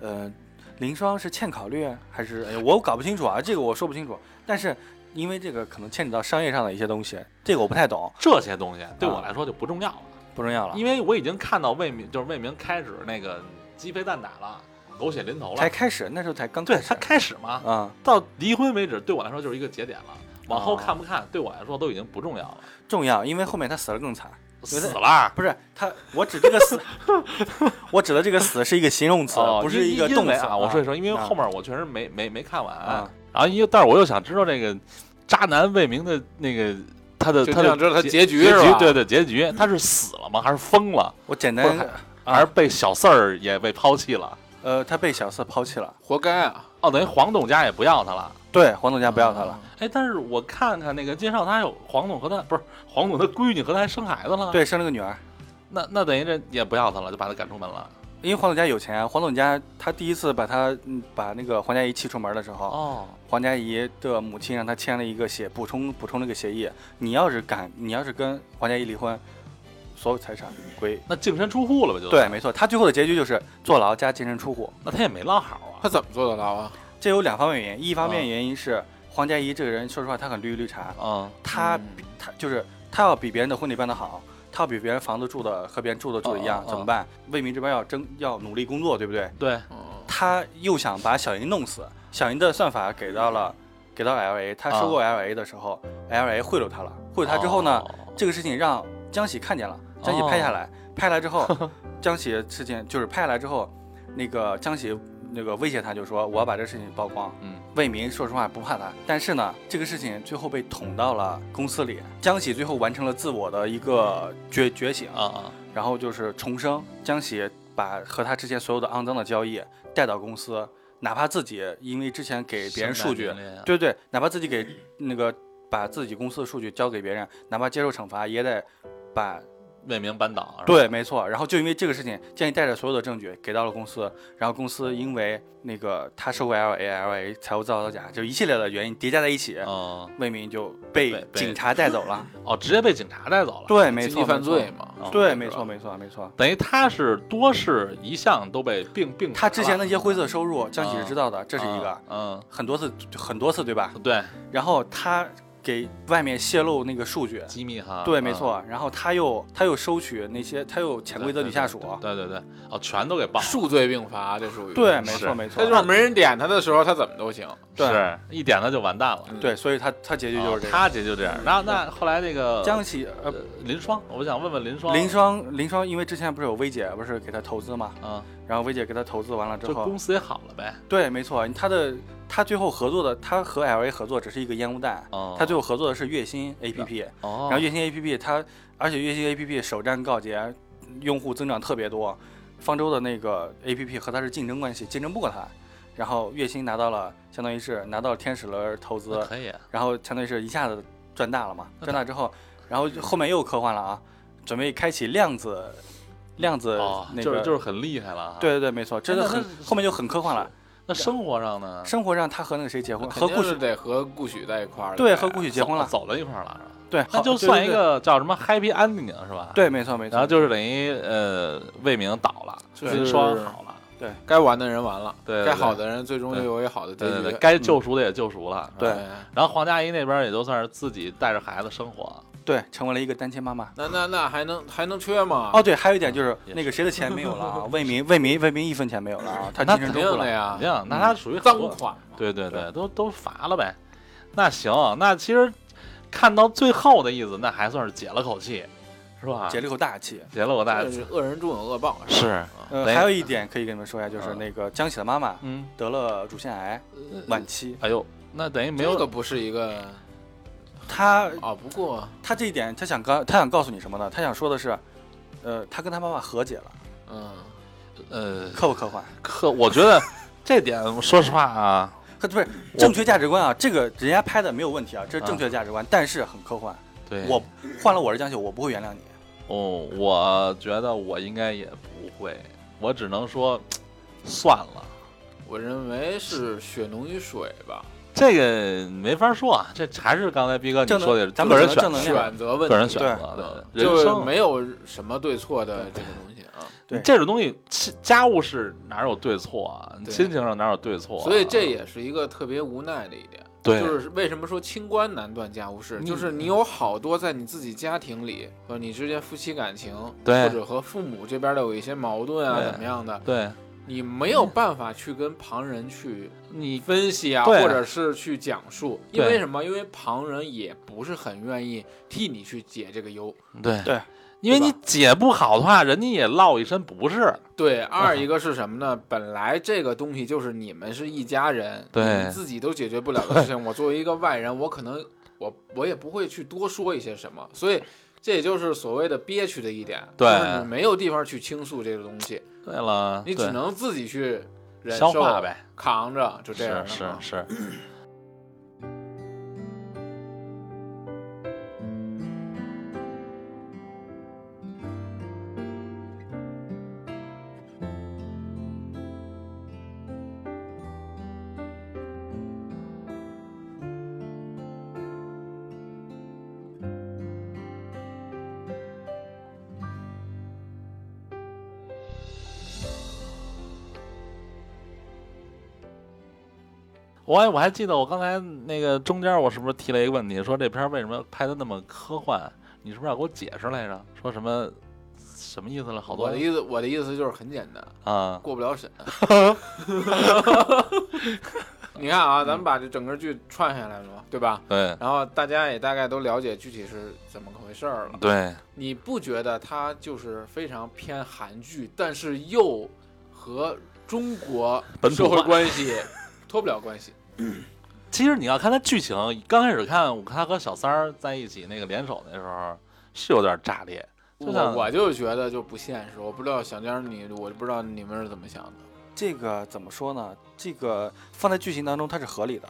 呃，林双是欠考虑还是、哎呀我搞不清楚啊，这个我说不清楚。但是因为这个可能牵扯到商业上的一些东西，这个我不太懂，
这些东西
嗯
对我来说就不重要了，
不重要了。
因为我已经看到魏明，就是魏明开始那个鸡飞蛋打了，狗血淋头
才
了。
开始，那时候才刚
对
开始
他开始嘛，
啊、
到离婚为止，对我来说就是一个节点了。往后看不看，对我来说都已经不重要了。
重要，因为后面他死了更惨。
死了，
不是他，我指这个死， 我指的这个死是一个形容词，
哦，
不
因
是一个
因
动
因为
词
啊。我说一声，因为
啊
后面我确实没没没看完，
啊
然后因为但是我又想知道这个渣男魏明的那个他的
就
他的
想知道他
结
结局是吧？
对对，结局他是死了吗？还是疯了？
我简
不
单
是，还是被小四儿也被抛弃了？
呃，他被小四抛弃了。
活该啊！
哦，等于黄董家也不要他了。
对，黄总家不要他了。
哎，但是我看看那个介绍，他还有黄董和他不是黄董的闺女和他还生孩子了。，
对，生了个女儿。
那那等于这也不要他了，就把他赶出门了。
因为黄总家有钱，啊黄总家他第一次把他嗯把那个黄家怡气出门的时候，
哦，
黄家怡的母亲让他签了一个协补充补充了个协议，你要是敢，你要是跟黄家怡离婚，所有财产归。
那净身出户了呗，就
对，。没错，他最后的结局就是坐牢加净身出户。
那他也没落好啊
他。怎么做得到啊？
这有两方面原因，一方
啊
面原因是黄家怡这个人，说实话，他很绿绿茶，
嗯，
他比他就是他要比别人的婚礼办得好，他要比别人房子住的和别人住的住的一
哦
样，
哦
怎么办？魏明这边要争要努力工作，对不对？
对，
嗯，
他又想把小银弄死，小银的算法给到了给到 L A，他收购 L A 的时候、l A 贿赂他了，贿赂他之后呢，
嗯哦？
这个事情让江喜看见了，江喜拍 下来，拍下来之后，江喜事情就是拍下来之后，那个江喜那个威胁他，就说我要把这事情曝光。
嗯，
魏明说实话不怕他，但是呢，这个事情最后被捅到了公司里，江喜最后完成了自我的一个觉觉醒
啊啊，
然后就是重生。江喜把和他之前所有的肮脏的交易带到公司，哪怕自己因为之前给别人数据
圣，诞节
对对，哪怕自己给那个把自己公司的数据交给别人，哪怕接受惩罚，也得把
为民扳倒。是吧
对，没错。然后就因为这个事情，建议带着所有的证据给到了公司，然后公司因为那个他收购 LA LA 财务造造假，就一系列的原因叠加在一起，
哦
嗯，
魏明就被
被被
警察带走了。
哦，直接被警察带走了。
对，没
经
错，
济犯罪
没
嘛。
哦
嗯
错。嗯对，没错，没错，没错。
等于他是多事一项都被并并
他之前那些灰色收入，江喜
啊
嗯
是知道的，这
这
是一个，
嗯，
很多次，很多次，对吧？
嗯对，
然后他给外面泄露那个数据，
机密哈，
对，
嗯
没，错。然后他又他又收取那些，他又潜规则
对
女下属，
对对对，哦，全都给报了，
数罪并罚，这属于
对，没
是
错，没错
那。就是没人点他的时候，他怎么都行。
对
是一点他就完蛋了，
嗯
对，所以他他结局就是这
哦
个。
他姐就这样。那那后来那个
江喜
呃
呃，
林霜，我想问问林霜，
林双林双，因为之前不是有薇姐不是给他投资嘛，
啊，
然后薇姐给他投资完了之
就
后
公，司也好了呗，
对，没错，他的他最后合作的，他和 L A 合作只是一个烟雾弹，
哦，
他最后合作的是月薪 A P P，
哦，
然后月薪 A P P 它，而且月薪 A P P 首站告捷，用户增长特别多。方舟的那个 A P P 和它是竞争关系，竞争不过它。然后月薪拿到了，相当于是拿到了天使轮投
那
资，
可以啊，
然后相当于是一下子赚大了嘛。赚大之后，然后后面又科幻了啊，准备开启量子，量子
哦，
那个，
就是就是很厉害了啊。
对对对，没错，真的
那
很
那
后面就很科幻了。
那生活上呢？
生活上他和那个谁结婚，和
肯定
顾
是
许
得和顾许在一块儿了呗。
对和顾许结婚了，
走到一块儿了，是吧
对，
那
好
就
对
算
对
一
对
个叫什么 happy ending 是吧？。
对，没错没错。
然后就是等于呃，魏明倒了，
就是
林霜好了，
该完的人完了，
对对
该好的人最终
对
也有一个好的结
对对对，
局。哎
该救赎的也嗯救赎了，是吧
对
然后黄佳怡那边也就算是自己带着孩子生活，
对，成为了一个单亲妈妈。
那那那还能还能缺吗？
哦，，对，还有一点就是
也
那个谁的钱没有了啊？魏民，魏民，魏民一分钱没有了啊！他
那
净身
肯
出
定
户
的
了。
呀
你，想，那他属于
赃
合
款嘛。
对对对，都都罚了呗。那行，那其实看到最后的意思，那还算是解了口气，是吧？
解了一口大气。
解了我大
这是恶人终有恶报，啊吧
是，
呃，
对
还有一点可以跟你们说一下，就是
嗯
那个江喜的妈妈
嗯，
得了乳腺癌
呃
晚期，
哎呦，那等于没
没有
有
这个不是一个
她
啊。不过，
她这一点，她想告她想告诉你什么呢？她想说的是，呃，她跟她妈妈和解了，
嗯，
呃
科不科幻？
可，我觉得这点说实话啊，
呵，不是
我
正确价值观啊，这个人家拍的没有问题啊，这是正确价值观，但是很科幻。
对
我换了我是江喜，我不会原谅你。
哦，我觉得我应该也不会，我只能说算了。
我认为是血浓于水吧，
这个没法说啊，这还是刚才逼哥你
正能
说的，
咱们
个人
只能
选
正能量
选择问
个人
题，嗯
选择，对
就
人
是
生
没有什么对错的这个东西啊。
对
这种东西，亲家务事哪有对错啊？
对
亲情上哪有对错啊、
所以这也是一个特别无奈的一点。
对
就是为什么说清官难断家务事，
嗯
就是你有好多在你自己家庭里和你之间夫妻感情，
对
或者和父母这边的有一些矛盾啊，
对
怎么样的，
对
你没有办法去跟旁人去
你
分析啊，
对
或者是去讲述，
对
因为什么？因为旁人也不是很愿意替你去解这个忧。
对
对，
因为
对
你解不好的话，人家也落一身不是。
对，
啊
二一个是什么呢？本来这个东西就是你们是一家人，
对
你自己都解决不了的事情，我作为一个外人，我可能我我也不会去多说一些什么，所以这也就是所谓的憋屈的一点，
对
就是你没有地方去倾诉这个东西，
对了，
你
对
只能自己去忍
消
受
化，呗，
扛着就这样
是
了
是
嘛
是。我还我还记得我刚才那个中间我是不是提了一个问题，说这片儿为什么拍的那么科幻？你是不是要给我解释来着？说什么什么意思了？好多
我的意思，我的意思就是很简单，
啊，
过不 了审。 你看啊，咱们把这整个剧串下来了嘛，对吧？
对
然后大家也大概都了解具体是怎么回事儿了。
对
你不觉得它就是非常偏韩剧，但是又和中国
本土
社
化
会关系脱不了 关系？
其实你要看它剧情，刚开始看我看他和小三儿在一起那个联手那时候是有点炸裂，就
我
像
我就觉得就不现实，我不知道小江你，我不知道你们是怎么想的。
这个怎么说呢？这个放在剧情当中它是合理的，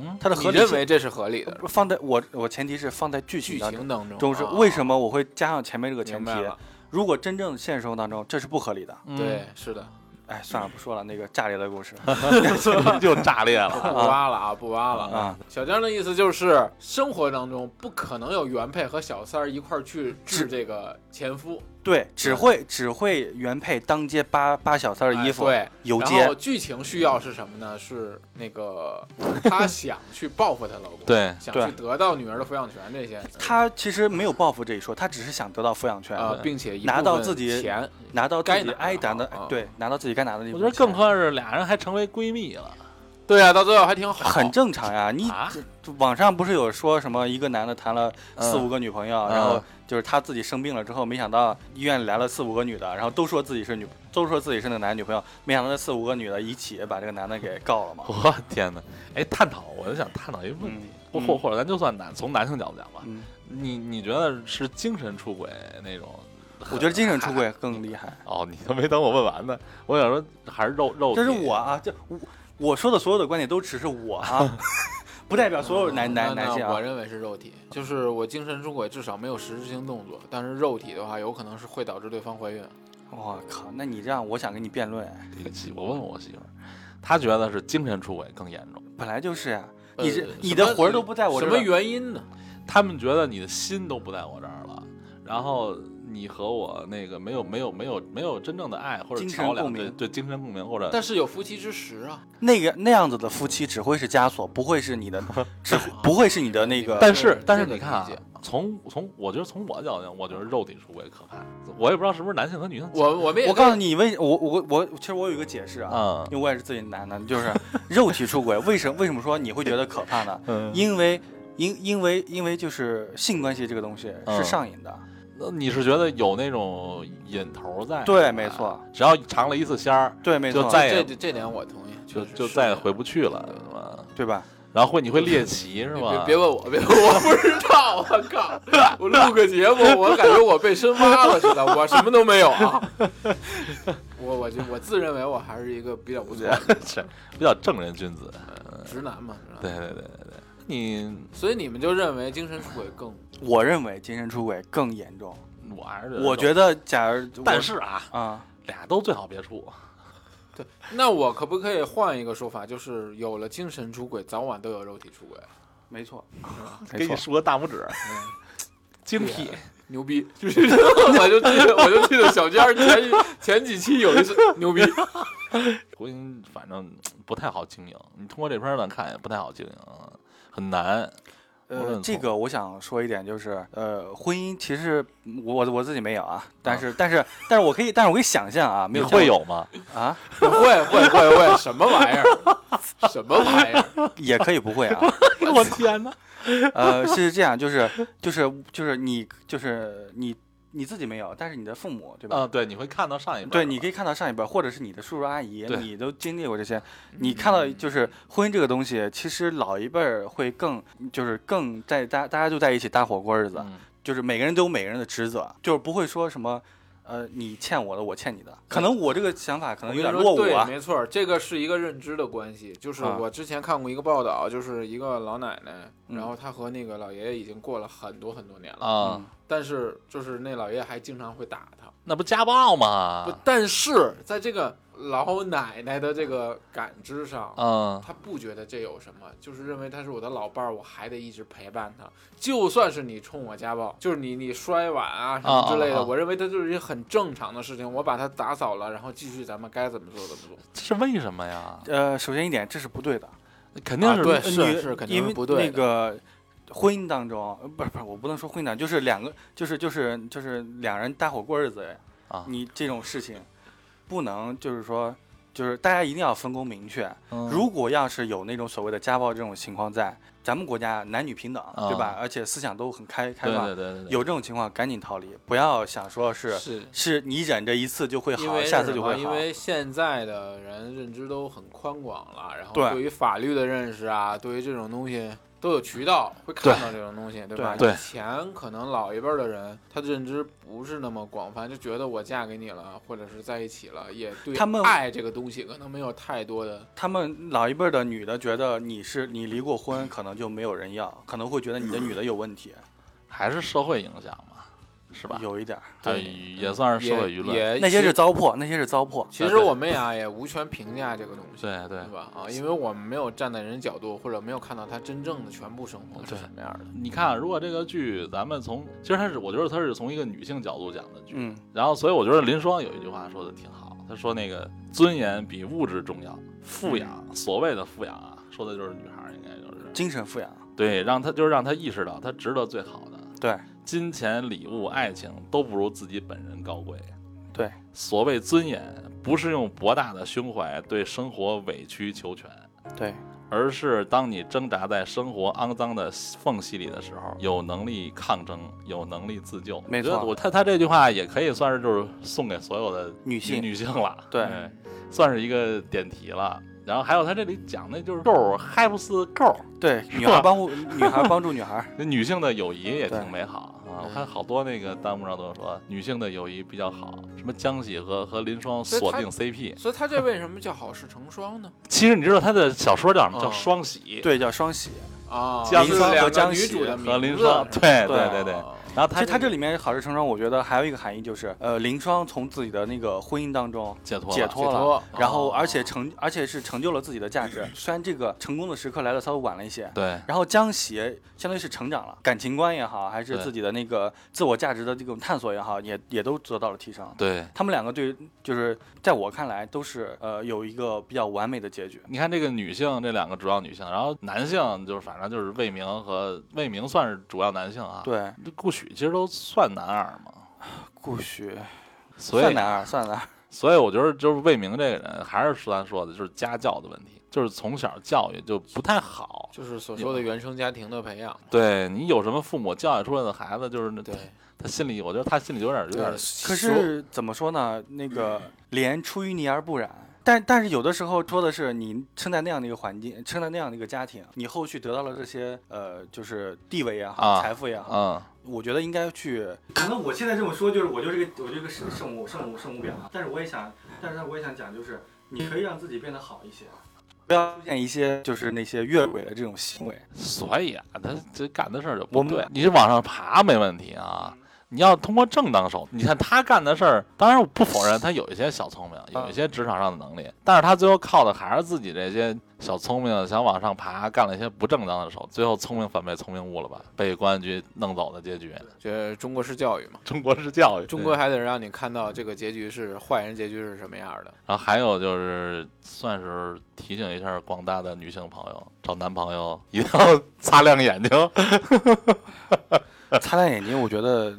嗯，
它的
你
合理
认
性
为这是合理的？
放在我我前提是放在剧情
剧
当
情
中，
当中，
中是
啊
为什么我会加上前面这个前
明
提
白？了？
如果真正现实生活当中，这是不合理的。
嗯
对，，是 的，
哎，算了，不说了，那个炸裂的故 事
就炸裂了。
不挖了啊，不挖了。
啊，
小江的意思就是，生活当中不可能有原配和小三儿一块儿去治这个前夫
对，只会只会原配当街扒扒小三儿的衣服，
哎
游
对，然后
街，
剧情需要是什么呢？是那个她想去报复她老公，，
对，
想
对
去得到女儿的抚养权这些，
他其实没有报复这一说，他只是想得到抚养权，
啊，
对
并且一
拿到
部分
自己
钱，
拿到自
该
己
拿的
挨打的，
啊啊
对，拿到自己该拿的地
我
方。
觉得更合适，俩人还成为闺蜜了。
对啊，到最后还挺好，
很正常呀，你
啊
这网上不是有说什么一个男的谈了四
嗯
五个女朋友，
嗯
然后就是他自己生病了之后，没想到医院里来了四五个女的，然后都说自己是女，都说自己是那男女朋友，没想到那四五个女的一起把这个男的给告了嘛。
我天哪！哎，探讨，我就想探讨一个问题，或、
嗯
或或者咱就算男从男性角度讲吧，
嗯，
你你觉得是精神出轨那种？
我觉得精神出轨更厉害。
哦，你都没等我问完呢，我想说还是肉肉体，
这是我啊，这我我说的所有的观点都只是我啊， 不代表所有男男
哦那
男
那
性
我
啊。
认为是肉体，就是我精神出轨至少没有实质性动作，但是肉体的话，有可能是会导致对方怀孕。
我靠，那你这样，我想跟你辩论，
你媳我问我媳妇儿，她觉得是精神出轨更严重，
本来就是呀，
呃
你这你
什
的
么
魂儿都不在我这
什
儿
么
了。呃
原因呢？
他们觉得你的心都不在我这儿了，然后你和我那个没有没有没有没有真正的爱或者
精神
桥梁，
共
对
鸣
对精神共鸣或者
但是有夫妻之实啊，
那个那样子的夫妻只会是枷锁，不会是你的，只不会是你的那个。
但是
这
但是
这个
你看啊
理解，
从从我觉得从我的角度讲，我觉得肉体出轨可怕，我也不知道是不是男性和女性。
我我们也
我告诉你，为我我我其实我有一个解释啊，
嗯
因为我也是自己男的，就是肉体出轨。为什为什么说你会觉得可怕呢？
嗯，
因为因因为因为就是性关系这个东西
嗯
是上瘾的，
那你是觉得有那种瘾头在？
对没错，
只要尝了一次鲜儿，
对，没
啊就
错，
再
这
也
这这点我同意，
就
确实
就是再也
这样
回不去了，是吧？
对吧？
然后会你会猎奇是
别
吧？
别问我，别问我，我不知道，我靠！我录个节目，我感觉我被深挖了似的，我什么都没有啊！我我就我自认为我还是一个比较 不错的
是比较正人君子。
直男嘛，直男
对对对对对，你
所以你们就认为精神出轨更
我认为精神出轨更严重。
我还是
我觉得，假如
得，
我
但是啊，
啊，
俩都最好别处。
对？那我可不可以换一个说法，就是有了精神出轨，早晚都有肉体出轨？
没错，没
给你
错，啊
竖个大拇 指，精辟。
啊牛逼！ 就是我就记得，我就记得小娟儿前前几期有一次牛逼，
婚姻反正不太好经营，你通过这片儿呢看也不太好经营，很难。我认
呃，
同
这个我想说一点，就是呃，婚姻其实我我我自己没有啊，但是但是但是我可以，但是我可以想象啊，没
你
有
会有吗？
啊，
会会会会什么玩意儿？什么玩意儿？
也可以不会啊，
我天哪！
呃，是这样，就是就是就是你就是你你自己没有，但是你的父母对吧？
啊，对，你会看到上一辈儿
对，
的
你可以看到上一辈儿，或者是你的叔叔阿姨
对，嗯
你都经历过这些。你看到就是婚姻这个东西，其实老一辈儿会更，就是更在大大家就在一起搭伙过日子，
嗯
就是每个人都有每个人的职责，就是不会说什么，呃，你欠我的，我欠你的。可能我这个想法可能有点落伍
对，
啊。
没嗯错，这个是一个认知的关系。就是
啊
我之前看过一个报道，就是一个老奶奶，
嗯
然后她和那个老爷爷已经过了很多很多年了，
啊
嗯，
但是就是那老爷爷还经常会打她。
那不家暴
不
啊
吗？
但是在这个老奶奶的这个感知上。
啊
嗯，
她不觉得这有什么，就是认为他是我的老伴儿，我还得一直陪伴他。就算是你冲我家暴，就是你你摔碗啊什么之类
啊啊
的，
啊
我认为它就是一件很正常的事情。我把它打扫了，然后继续咱们该怎么做怎么做。
这是为什么呀？
呃，首先一点，这是不对的。
肯定
啊
是
对
呃
是
女
是肯定
因
是
为
不对的
那个婚姻当中，呃不是不是，我不能说婚姻当中，就是两个，就是就是就是两人搭伙过日子
啊
你这种事情不能就是说，就是大家一定要分工明确。
嗯
如果要是有那种所谓的家暴这种情况在，咱们国家男女平等，
啊
对吧？而且思想都很开开
对
放，
对对对对，
有这种情况赶紧逃离，不要想说是
是
是你忍这一次就会
因
好，
为
下
是
次
什
就
么
会
因
好。
为现在的人认知都很宽广了，然后
对
对于法律的认识啊，对于这种东西都有渠道会看到这种东西，对吧？
对
以前可能老一辈儿的人，他的认知不是那么广泛，就觉得我嫁给你了，或者是在一起了，也对
他们
爱这个东西可能没有太多的
他们老一辈儿的女的觉得你是你离过婚，可能就没有人要，可能会觉得你的女的有问题，
还是社会影响嘛，是吧？
有一点儿。
对，也算是社会舆论。
也
那些
哎其
是糟粕，那些是糟粕。
其实我们俩也无权评价这个东西，
对对
对，吧？啊，因为我们没有站在人角度，或者没有看到他真正的全部生活是
对
什么样的。
你看啊，如果这个剧咱们从，其实它是，我觉得它是从一个女性角度讲的剧，
嗯，
然后所以我觉得林双有一句话说的挺好，她说那个尊严比物质重要，富养，所谓的富养啊，说的就是女孩儿应该就是
精神富养，
对，让她就是让她意识到她值得最好的，
对，
金钱、礼物、爱情都不如自己本人高贵。
对，
所谓尊严，不是用博大的胸怀对生活委曲求全，
对，
而是当你挣扎在生活肮脏的缝隙里的时候，有能力抗争，有能力自救。
没
我觉得
错
我他他这句话也可以算是就是送给所有的
女性
女性了，
对
哎算是一个点题了。然后还有他这里讲的就是够嗨不是够，
对，女孩 帮助女孩帮助女孩，
那女性的友谊也挺
对嗯
美好啊！我看好多那个弹幕上都有说女性的友谊比较好，什么江喜和和林双
所以
锁
她
定 CP。
所以他这为什么叫好事成双呢？
其实你知道他的小说叫什么？叫
嗯
双喜。
对，叫双喜。
啊，
江
是
双
两
和
个
江
女
喜
主的
和林
名字
双，
是吧
对
对
对对。
啊
然后他
其实它这
里
里面好事成双，我觉得还有一个含义就是，呃，林双从自己的那个婚姻当中
解脱
解
了，
脱
解
了，
脱啊
然
哦
后而且成而且是成就了自己的价
嗯
值。虽然这个成功的时刻来的稍微晚了一些，
对
然后江喜相当于是成长了，感情观也好，还是
对
自己的那个自我价值的这种探索也好，也也都得到了提升。
对。
他们两个对，就是在我看来都是呃有一个比较完美的结局。
你看这个女性，这两个主要女性，然后男性就是反正就是魏明和魏明算是主要男性啊。，
对，
这顾许其实都算男二嘛，
顾许
所以
算男二，算男二，
所以我觉得，就是魏明这个人，还是咱说的，就是家教的问题，就是从小教育就不太好。
就是所说的原生家庭的培养。
对你有什么父母教育出来的孩子，就是那
对，
他心里，我觉得他心里有点有点
对，
可是嗯怎么说呢？那个莲出淤泥而不染。但但是有的时候说的是你生在那样的一个环境，生在那样的一个家庭，你后续得到了这些呃，就是地位也好，
啊
财富也好，
嗯，
我觉得应该去。可能我现在这么说，就是我就是个我就是个圣圣母圣母圣母婊啊。但是我也想，但是我也想讲，就是你可以让自己变得好一些，不要出现一些就是那些越轨的这种行为。
所以啊，他这干的事儿就
我
不
们
对。你往上爬没问题啊，你要通过正当手。你看他干的事儿，当然我不否认他有一些小聪明，有一些职场上的能力，但是他最后靠的还是自己这些小聪明，想往上爬，干了一些不正当的手，最后聪明反被聪明误了吧，被公安局弄走的结局。
这中国式教育嘛，
中国式教育，
中国还得让你看到这个结局是坏人结局是什么样的。
然后还有就是，算是提醒一下广大的女性朋友，找男朋友一定要擦亮眼睛。
擦亮眼睛，我觉得，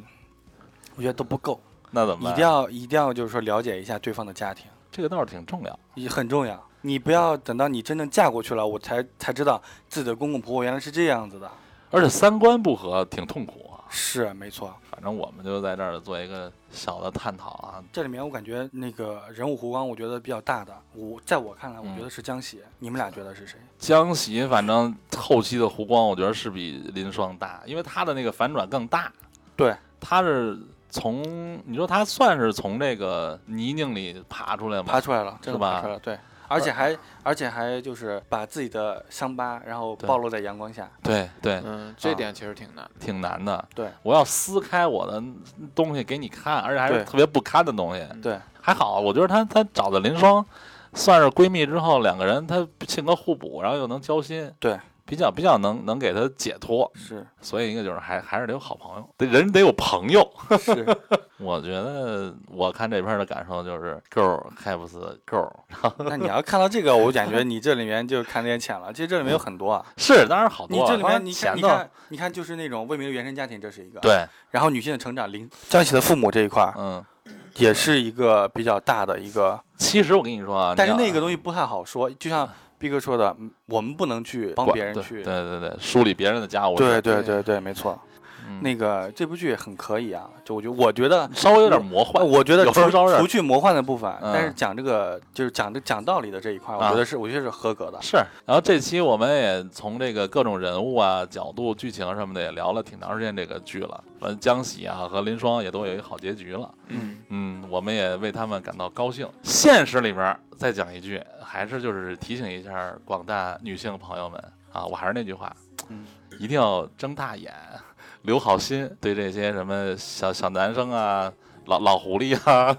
我觉得都不够，
那怎么
一
办？
定要一定要就是说了解一下对方的家庭，
这个倒是挺重要。
也很重要。你不要等到你真正嫁过去了，我才才知道自己的公公婆婆原来是这样子的。
而且三观不合挺痛苦啊。
是没错，
反正我们就在这儿做一个小的探讨啊。
这里面我感觉那个人物弧光，我觉得比较大的，我在我看来，我觉得是江喜。你们俩觉得是谁？
江喜反正后期的弧光，我觉得是比林双大，因为他的那个反转更大。
对，
他是从你说他算是从这个泥泞里爬出来吗
爬？出来了，真的
是吧
爬呃出来了，对，而且还而且还就是把自己的伤疤，然后
对
暴露在阳光下。
对对，
嗯，这点其实挺难的。
挺难的。
对，
我要撕开我的东西给你看，而且还是
对
特别不堪的东西。
对，
还好，啊我觉得她她找的林双算是闺蜜之后，两个人她性格互补，然后又能交心，
对，
比较比较能能给她解脱。
是
所以一个就是还还是得有好朋友，得人得有朋友。
是，
我觉得我看这片的感受就是够还不是够，
那你要看到这个，我感觉你这里面就看点浅了。其实这里面有很多啊，
是当然好
你
多啊。
这里面你看
前
你
头
看你看就是那种未明的原生家庭，这是一个。。
对，
然后女性的成长，零江喜的父母这一块儿
嗯，
也是一个比较大的一个
其实我跟你说啊，
但是
你要
那个东西不太好说，就像毕哥说的，嗯我们不能去帮
管
别人
对
去。
对对对，梳理别人的家务事。嗯
对对对对没错。那个这部剧很可以啊，就我觉得我觉得
稍微有点魔幻，
我觉得
嗯有时
除
候稍微有
除
点
去魔幻的部分，
嗯
但是讲这个就是讲这讲道理的这一块，我
啊
觉得是我觉得是合格的。
是。然后这期我们也从这个各种人物啊、角度、剧情什么的也聊了挺长时间这个剧了。完，江喜啊和林双也都有一个好结局了。
嗯，
嗯，我们也为他们感到高兴。现实里边儿再讲一句，还是就是提醒一下广大女性朋友们啊，我还是那句话，
嗯
一定要睁大眼，留好心，对这些什么小小男生啊、老老狐狸啊。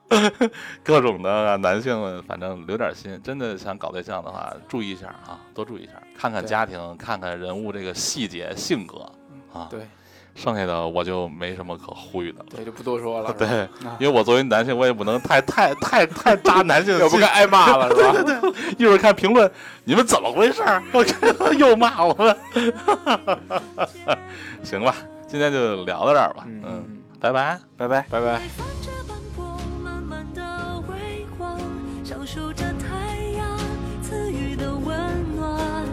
各种的啊男性们，反正留点心。真的想搞对象的话，注意一下啊，多注意一下，看看
对
家庭，看看人物这个细节、性格啊。
对
剩下的我就没什么可呼吁的了。
对，就不多说了，
对，因为我作为男性，我也不能太太太太渣男性
要不
气
该挨 骂了是吧？
一会儿看评论，你们怎么回事儿？我看又骂我们， 行吧，今天就聊到这儿吧，
嗯
嗯，拜拜。
拜拜。
拜拜。
北风着斑驳，慢慢的微光，享受着太阳赐予的温暖。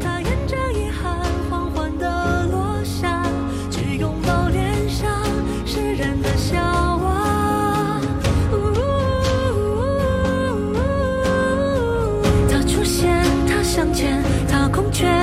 它沿着遗憾缓缓的落下，去拥抱脸上释然的笑啊。它出现，它向前，它空缺，